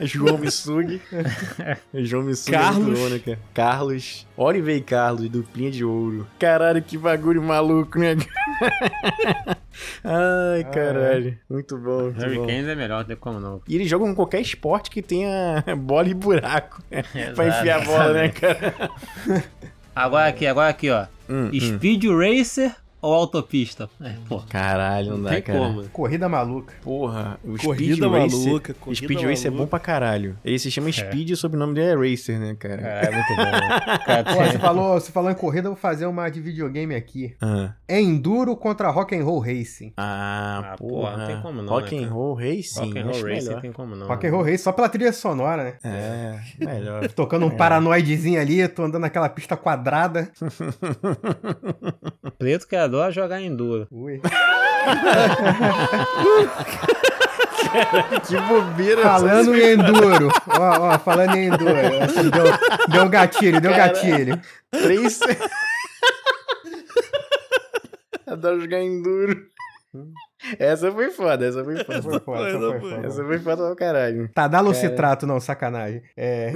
Speaker 3: João Missug. João Missug
Speaker 5: Carlos.
Speaker 3: é muito bom, né, cara? Carlos. Oliver e Carlos, duplinha de ouro. Caralho, que bagulho maluco, né?
Speaker 4: Ah, é.
Speaker 3: Ai, caralho. Muito bom, muito bom.
Speaker 4: Hurricanes é melhor, não tem como não.
Speaker 3: E eles jogam em qualquer esporte que tenha bola e buraco. né? pra enfiar a bola, né, cara? Hum,
Speaker 4: Agora Hum, aqui, agora aqui, ó. Speed Racer ou Autopista? É, pô,
Speaker 3: Caralho, não
Speaker 4: não
Speaker 3: dá,
Speaker 4: tem
Speaker 3: cara.
Speaker 4: como.
Speaker 6: Corrida maluca.
Speaker 3: Porra, o Speed
Speaker 5: Corrida
Speaker 3: Racer...
Speaker 5: maluca,
Speaker 3: o
Speaker 5: corrida
Speaker 3: Speed Racer é bom
Speaker 5: maluca.
Speaker 3: pra caralho. Ele se chama Speed e o sobrenome dele é Racer, né, cara?
Speaker 4: É, muito bom.
Speaker 6: Pô, você falou, você falou em corrida, eu vou fazer uma de videogame aqui.
Speaker 3: Ah.
Speaker 6: Enduro contra Rock and Roll Racing.
Speaker 3: Ah,
Speaker 4: Ah,
Speaker 3: porra.
Speaker 4: porra, não tem como não,
Speaker 3: Rock
Speaker 4: né,
Speaker 3: and
Speaker 4: cara?
Speaker 3: Roll Racing.
Speaker 4: Rock and
Speaker 3: acho
Speaker 4: Roll Racing
Speaker 3: melhor.
Speaker 4: tem como não.
Speaker 6: Rock and Roll Racing só pela trilha sonora, né?
Speaker 3: Ah. É, melhor.
Speaker 6: Tocando um paranoidezinho ali, tô andando naquela pista quadrada.
Speaker 4: Preto que adora jogar enduro.
Speaker 6: Ui.
Speaker 3: que bobeira.
Speaker 6: Falando em enduro. Ó, ó, falando em enduro. Essa Deu, deu gatilho, deu gatilho.
Speaker 3: Três... Adoro jogar enduro. Essa foi foda, essa foi
Speaker 6: Foi
Speaker 3: foda.
Speaker 6: foda,
Speaker 5: Essa
Speaker 6: foi
Speaker 5: foi.
Speaker 6: foda.
Speaker 3: Essa foi foda pra caralho.
Speaker 6: Tadalocitrato, não, sacanagem. É.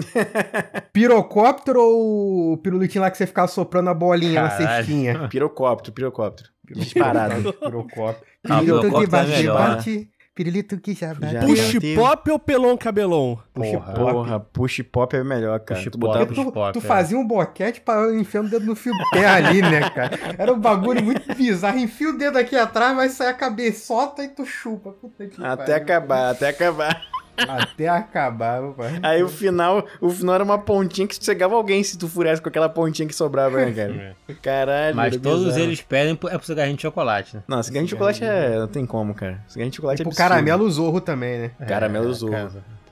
Speaker 6: Pirocóptero ou o pirulitinho lá que você ficava soprando a bolinha na
Speaker 4: Caralho.
Speaker 6: cestinha?
Speaker 3: Pirocóptero, pirocóptero. Disparado.
Speaker 6: Pirocóptero.
Speaker 4: Ah, pirocóptero é melhor,
Speaker 6: bate, Pirulito que já dá.
Speaker 3: Já.
Speaker 5: Push
Speaker 3: teve-
Speaker 5: pop ou pelon cabelon?
Speaker 3: Push
Speaker 9: Porra.
Speaker 3: Porra, push pop é melhor, cara.
Speaker 4: Push
Speaker 3: tu
Speaker 4: pop.
Speaker 3: botava...
Speaker 4: Os
Speaker 6: Tu,
Speaker 4: pop,
Speaker 6: tu
Speaker 4: é.
Speaker 6: fazia um boquete pra enfiar o dedo no fio do pé ali, né, cara? Era um bagulho muito bizarro. Enfia o dedo aqui atrás, mas sai a cabeçota e tu chupa. Puta que
Speaker 3: Até
Speaker 6: pariu.
Speaker 3: acabar, até acabar.
Speaker 6: Até acabar, meu pai.
Speaker 3: Aí o final, o final era uma pontinha que chegava alguém se tu furasse com aquela pontinha que sobrava, né, cara? Caralho,
Speaker 4: É. Mas
Speaker 3: era
Speaker 4: todos
Speaker 3: é bizarro.
Speaker 4: eles pedem pro- é pro cigarrinho de chocolate, né?
Speaker 3: Não, cigarrinho de chocolate é... não tem como, cara. Cigarrinho de chocolate
Speaker 6: Tipo
Speaker 3: é
Speaker 6: o
Speaker 3: absurdo.
Speaker 6: caramelo zorro também, né?
Speaker 3: Caramelo
Speaker 4: É,
Speaker 3: usou.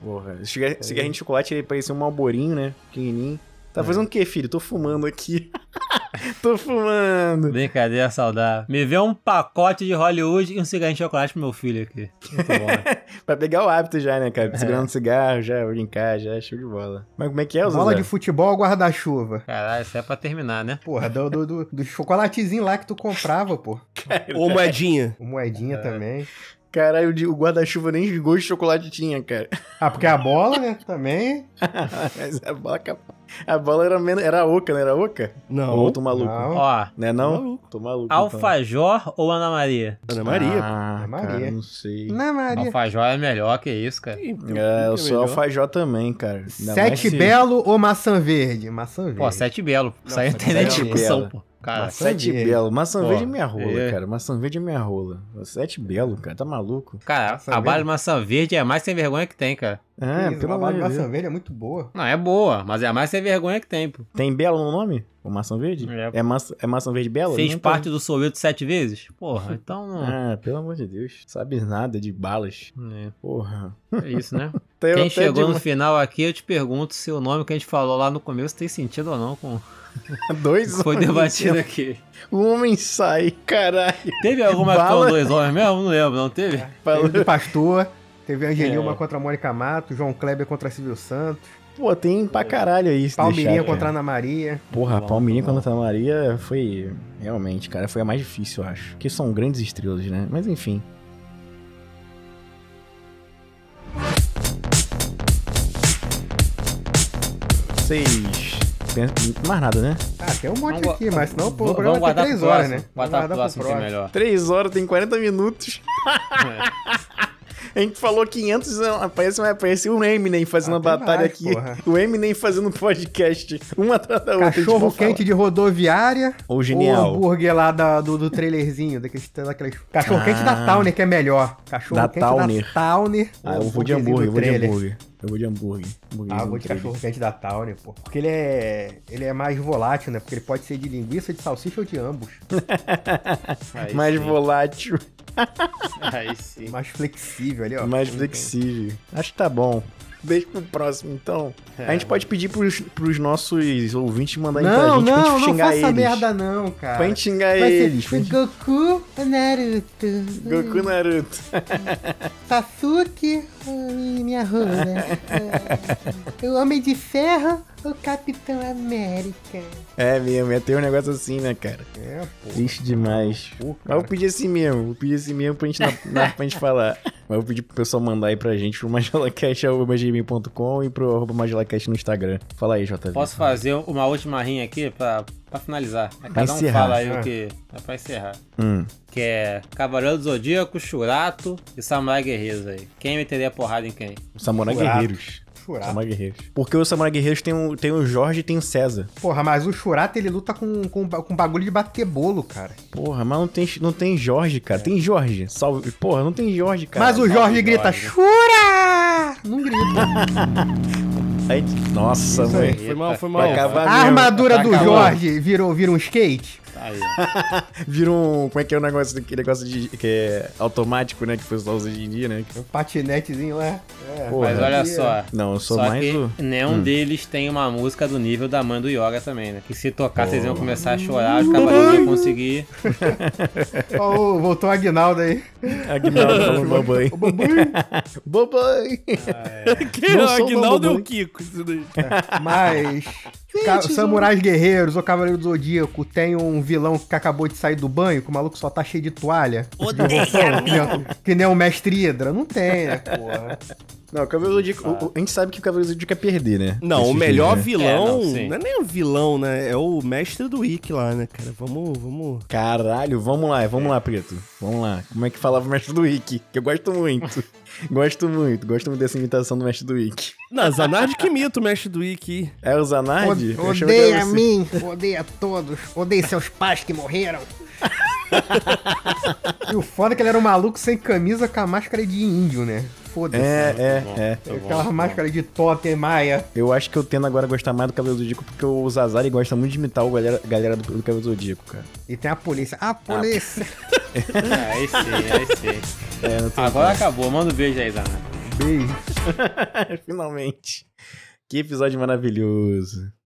Speaker 3: Porra. Cigar-
Speaker 6: É.
Speaker 3: Cigarrinho de chocolate, ele parecia um alborinho, né? Pequenininho.
Speaker 4: É.
Speaker 3: Tá fazendo o quê, filho? Tô fumando aqui. Tô fumando.
Speaker 4: Brincadeira saudável. Me vê um pacote de Hollywood e um cigarrinho de chocolate pro meu filho aqui. Muito bom, né?
Speaker 3: Pra pegar o hábito já, né, cara?
Speaker 4: É.
Speaker 3: Segurando cigarro, já brincar, já. Show de bola. Mas como é que é, Zé?
Speaker 6: Bola de futebol ou guarda-chuva?
Speaker 4: Caralho, isso é pra terminar, né?
Speaker 6: Porra, do, do, do, do chocolatezinho lá que tu comprava, pô.
Speaker 5: Ou moedinha?
Speaker 6: O moedinha também.
Speaker 3: Caralho, de- o guarda-chuva nem gosto de chocolate tinha, cara.
Speaker 6: Ah, porque a bola, né? Também.
Speaker 3: Mas a bola, acabou. a bola era, menos... era oca, né? Era oca?
Speaker 5: Não.
Speaker 3: Ou tô maluco?
Speaker 6: Não.
Speaker 4: Ó,
Speaker 3: Né, não?
Speaker 5: Maluco.
Speaker 3: Tô maluco.
Speaker 4: alfajor ou Ana Maria?
Speaker 5: Ana
Speaker 3: então.
Speaker 5: Maria.
Speaker 3: Ah,
Speaker 6: Maria.
Speaker 3: cara, não sei.
Speaker 6: Na Maria.
Speaker 4: Alfajor é melhor que isso, cara.
Speaker 3: É, eu
Speaker 5: o
Speaker 3: sou alfajó também, cara. Ainda mais
Speaker 6: Sete
Speaker 3: se-
Speaker 6: belo ou maçã verde? Maçã verde.
Speaker 4: Pô, sete belo. Isso aí não tem nem
Speaker 3: Sete
Speaker 4: discussão,
Speaker 3: Belo.
Speaker 4: pô. Cara,
Speaker 6: Nossa.
Speaker 3: Ah, Sete
Speaker 6: verde.
Speaker 3: Belo. Maçã
Speaker 4: Pô,
Speaker 3: verde é minha rola,
Speaker 4: é.
Speaker 3: cara. Maçã verde é minha rola. Sete Belo, cara. Tá maluco?
Speaker 4: cara
Speaker 6: Maçã
Speaker 4: a
Speaker 6: verde.
Speaker 4: bala de maçã verde é a mais sem vergonha que tem, cara.
Speaker 3: Ah,
Speaker 6: Isso,
Speaker 3: pelo
Speaker 6: a
Speaker 3: amor
Speaker 6: bala
Speaker 3: de
Speaker 6: de
Speaker 3: Deus.
Speaker 6: maçã verde é muito boa.
Speaker 4: Não, é boa, mas é a mais sem vergonha que tem, pô.
Speaker 3: Tem Belo no nome? O maçã verde?
Speaker 4: É.
Speaker 3: É, maçã, é maçã verde Belo?
Speaker 4: Fez
Speaker 3: Não tá-
Speaker 4: parte do Soweto sete vezes? Porra, então
Speaker 6: É.
Speaker 4: não.
Speaker 3: Ah, pelo amor de Deus. Sabe nada de balas. Porra.
Speaker 4: É, é isso, né?
Speaker 3: Até-
Speaker 4: Quem
Speaker 3: até
Speaker 4: chegou no
Speaker 3: de-
Speaker 4: final aqui, eu te pergunto se o nome que a gente falou lá no começo tem sentido ou não com o
Speaker 3: Dois
Speaker 4: que foi
Speaker 3: homens
Speaker 4: debatido aqui.
Speaker 3: entram. Um homem sai, caralho.
Speaker 4: Teve alguma que
Speaker 3: Bala-
Speaker 4: falou dois homens mesmo? Não lembro, não teve?
Speaker 6: Teve
Speaker 3: Falou.
Speaker 6: do Pastor, teve Angelilma
Speaker 4: É.
Speaker 6: contra a Mônica Mato, João Kleber contra a Silvio Santos,
Speaker 3: Pô, tem pra caralho aí. se
Speaker 6: Palmeirinha
Speaker 3: deixar, cara.
Speaker 6: contra a Ana Maria.
Speaker 3: Porra,
Speaker 4: Bom,
Speaker 3: a Palmeirinha
Speaker 4: bom.
Speaker 3: com a Santa Maria foi. Realmente, cara, foi a mais difícil, eu acho. Porque são grandes estrelas, né? Mas enfim. Vocês. pensam- Mais nada, né?
Speaker 6: Ah, tem um monte
Speaker 4: Vamos-
Speaker 6: aqui, mas senão pô, o
Speaker 4: Vamos-
Speaker 6: programa
Speaker 4: vamos
Speaker 6: vai ter
Speaker 4: guardar
Speaker 6: três
Speaker 4: pro
Speaker 6: horas, né?
Speaker 4: próximo. Guardar pro
Speaker 6: pro
Speaker 4: próximo que é
Speaker 6: próximo.
Speaker 4: melhor.
Speaker 3: 3 horas, tem 40 minutos. A gente falou 500, aparece, aparece o um Eminem fazendo
Speaker 6: Ah,
Speaker 3: a
Speaker 6: tem
Speaker 3: batalha
Speaker 6: mais,
Speaker 3: aqui.
Speaker 6: porra.
Speaker 3: O Eminem fazendo podcast. Uma atrás da outra. a gente
Speaker 6: Cachorro
Speaker 3: vai falar.
Speaker 6: quente de rodoviária
Speaker 3: tipo, Ou genial.
Speaker 6: ou hambúrguer lá da- do, do trailerzinho, daqueles, daqueles... Cachorro quente da Towner, que é melhor. Cachorro
Speaker 3: Ah. Da
Speaker 6: quente
Speaker 3: Towner.
Speaker 6: da Towner.
Speaker 3: Ah,
Speaker 6: ou
Speaker 3: eu vou de hambúrguer, eu
Speaker 6: hambúrguerzinho do
Speaker 3: vou de
Speaker 6: trailer.
Speaker 3: hambúrguer. Eu vou de hambúrguer.
Speaker 6: Ah, eu vou de cachorro quente da Towner, pô. Porque ele é, ele é mais volátil, né? Porque ele pode ser de linguiça, de salsicha ou de ambos.
Speaker 4: Aí
Speaker 3: Mais
Speaker 4: sim,
Speaker 3: volátil,
Speaker 4: Aí sim.
Speaker 6: Mais flexível ali, ó.
Speaker 3: mais flexível. Acho que tá bom. Deixa pro próximo, então. a gente pode pedir pros, pros nossos ouvintes mandarem pra então,
Speaker 6: Não,
Speaker 3: gente pra
Speaker 6: não,
Speaker 3: gente
Speaker 6: não
Speaker 3: xingar
Speaker 6: faça
Speaker 3: eles.
Speaker 6: merda não, cara.
Speaker 3: Pra gente xingar
Speaker 6: Vai ser tipo
Speaker 3: eles. pra gente-
Speaker 6: Goku, Naruto,
Speaker 3: Goku Naruto.
Speaker 6: Sasuke hum, e minha rola. o Homem de Ferro, o Capitão América.
Speaker 3: É mesmo, ia ter um negócio assim, né, cara?
Speaker 6: É, pô.
Speaker 3: Triste demais. Mas
Speaker 6: Pô,
Speaker 3: eu
Speaker 6: cara.
Speaker 3: vou pedir assim mesmo, vou pedir assim mesmo pra gente, na, na- pra gente falar. Mas eu vou pedir pro pessoal mandar aí pra gente pro magelacast.com e pro arroba magelacast no Instagram. Fala aí, JV.
Speaker 4: Posso fazer uma última rinha aqui pra, pra finalizar? Aí Cada um
Speaker 3: encerrar.
Speaker 4: fala aí
Speaker 6: Ah.
Speaker 4: o que. É pra encerrar.
Speaker 3: Hum.
Speaker 4: Que é Cavaleiro do Zodíaco, Churato e Samurai Guerreiros aí. Quem meteria porrada em quem?
Speaker 3: Samurai
Speaker 6: Churato.
Speaker 3: Guerreiros.
Speaker 6: Churato.
Speaker 3: Samurai Guerreiros. Porque o Samurai Guerreiros tem o, tem o Jorge e tem o César.
Speaker 6: Porra, mas o Churato ele luta com, com, ba- com bagulho de bater bolo, cara.
Speaker 3: Porra, mas não tem, não tem Jorge, cara. Tem Jorge. Salve. Porra, não tem Jorge, cara.
Speaker 6: mas o Jorge grita,
Speaker 4: Jorge.
Speaker 6: Chura! Não grita.
Speaker 3: Aí- Nossa,
Speaker 6: Isso aí.
Speaker 3: velho.
Speaker 5: Foi mal, foi mal.
Speaker 3: Vai acabar
Speaker 6: A
Speaker 3: mesmo.
Speaker 6: Ah, armadura
Speaker 4: Tá
Speaker 6: do
Speaker 4: calmo.
Speaker 6: Jorge virou, virou um skate?
Speaker 4: Tá aí.
Speaker 3: Vira um. Como é que é o negócio daquele negócio de. que é automático, né? Que o pessoal usa hoje em dia, né?
Speaker 6: Um patinetezinho lá. É,
Speaker 3: Porra.
Speaker 4: Mas olha só.
Speaker 3: Não, eu sou
Speaker 4: Só
Speaker 3: mais
Speaker 4: que
Speaker 3: o. Hum.
Speaker 4: nenhum deles tem uma música do nível da mãe do Yoga também, né? Que se tocar, vocês iam começar a chorar, os cavaleiros não iam conseguir.
Speaker 6: Ó, o- voltou o Aguinaldo aí.
Speaker 3: Aguinaldo falando babai. Babai!
Speaker 5: Que
Speaker 3: Não
Speaker 5: não,
Speaker 3: sou o
Speaker 5: Ah, Aguinaldo é e
Speaker 3: Dudu.
Speaker 5: o Kiko. isso daí.
Speaker 6: Mas Ca- Samurais Guerreiros ou Cavaleiro do Zodíaco tem um vilão que acabou de sair do banho, que o maluco só tá cheio de toalha.
Speaker 10: Odeia
Speaker 6: Que nem, que nem o Mestre Hidra. Não tem, né, porra?
Speaker 3: Não, o Cavaleiro Zodíaco. o- o- a gente sabe que o Cavaleiro Zodíaco é perder, né?
Speaker 5: Não,
Speaker 3: Esse
Speaker 5: o
Speaker 3: filme,
Speaker 5: melhor
Speaker 3: né?
Speaker 5: vilão.
Speaker 4: É, não, sim.
Speaker 5: não, é nem o vilão, né? É o mestre do Wiki lá, né, cara? Vamos, vamos.
Speaker 3: Caralho, vamos lá, vamos lá, Preto. Vamos lá. Como é que falava o mestre do Wick? Que eu gosto muito. gosto muito, gosto muito dessa imitação do mestre do Wick.
Speaker 5: Não, Zanardi que imita o mestre do Wiki.
Speaker 3: É o Zanardi? Eu achava que era
Speaker 10: Odeia a
Speaker 3: você.
Speaker 10: mim, odeia a todos, odeia seus pais que morreram.
Speaker 6: E o foda é que ele era um maluco sem camisa com a máscara de índio, né? Foda-se.
Speaker 3: É, é, é.
Speaker 6: Aquela máscara de totem maia.
Speaker 3: Eu acho que eu tendo agora a gostar mais do Cavaleiro Zodíaco porque o Zazari gosta muito de imitar o galera, galera do, do Cavaleiro Zodíaco, cara.
Speaker 6: E tem a polícia.
Speaker 3: Ah,
Speaker 6: A polícia!
Speaker 4: Aí sim, aí sim.
Speaker 3: É, não tem
Speaker 4: Agora acabou. Manda um beijo aí, Zana.
Speaker 6: Beijo.
Speaker 3: Finalmente. Que episódio maravilhoso.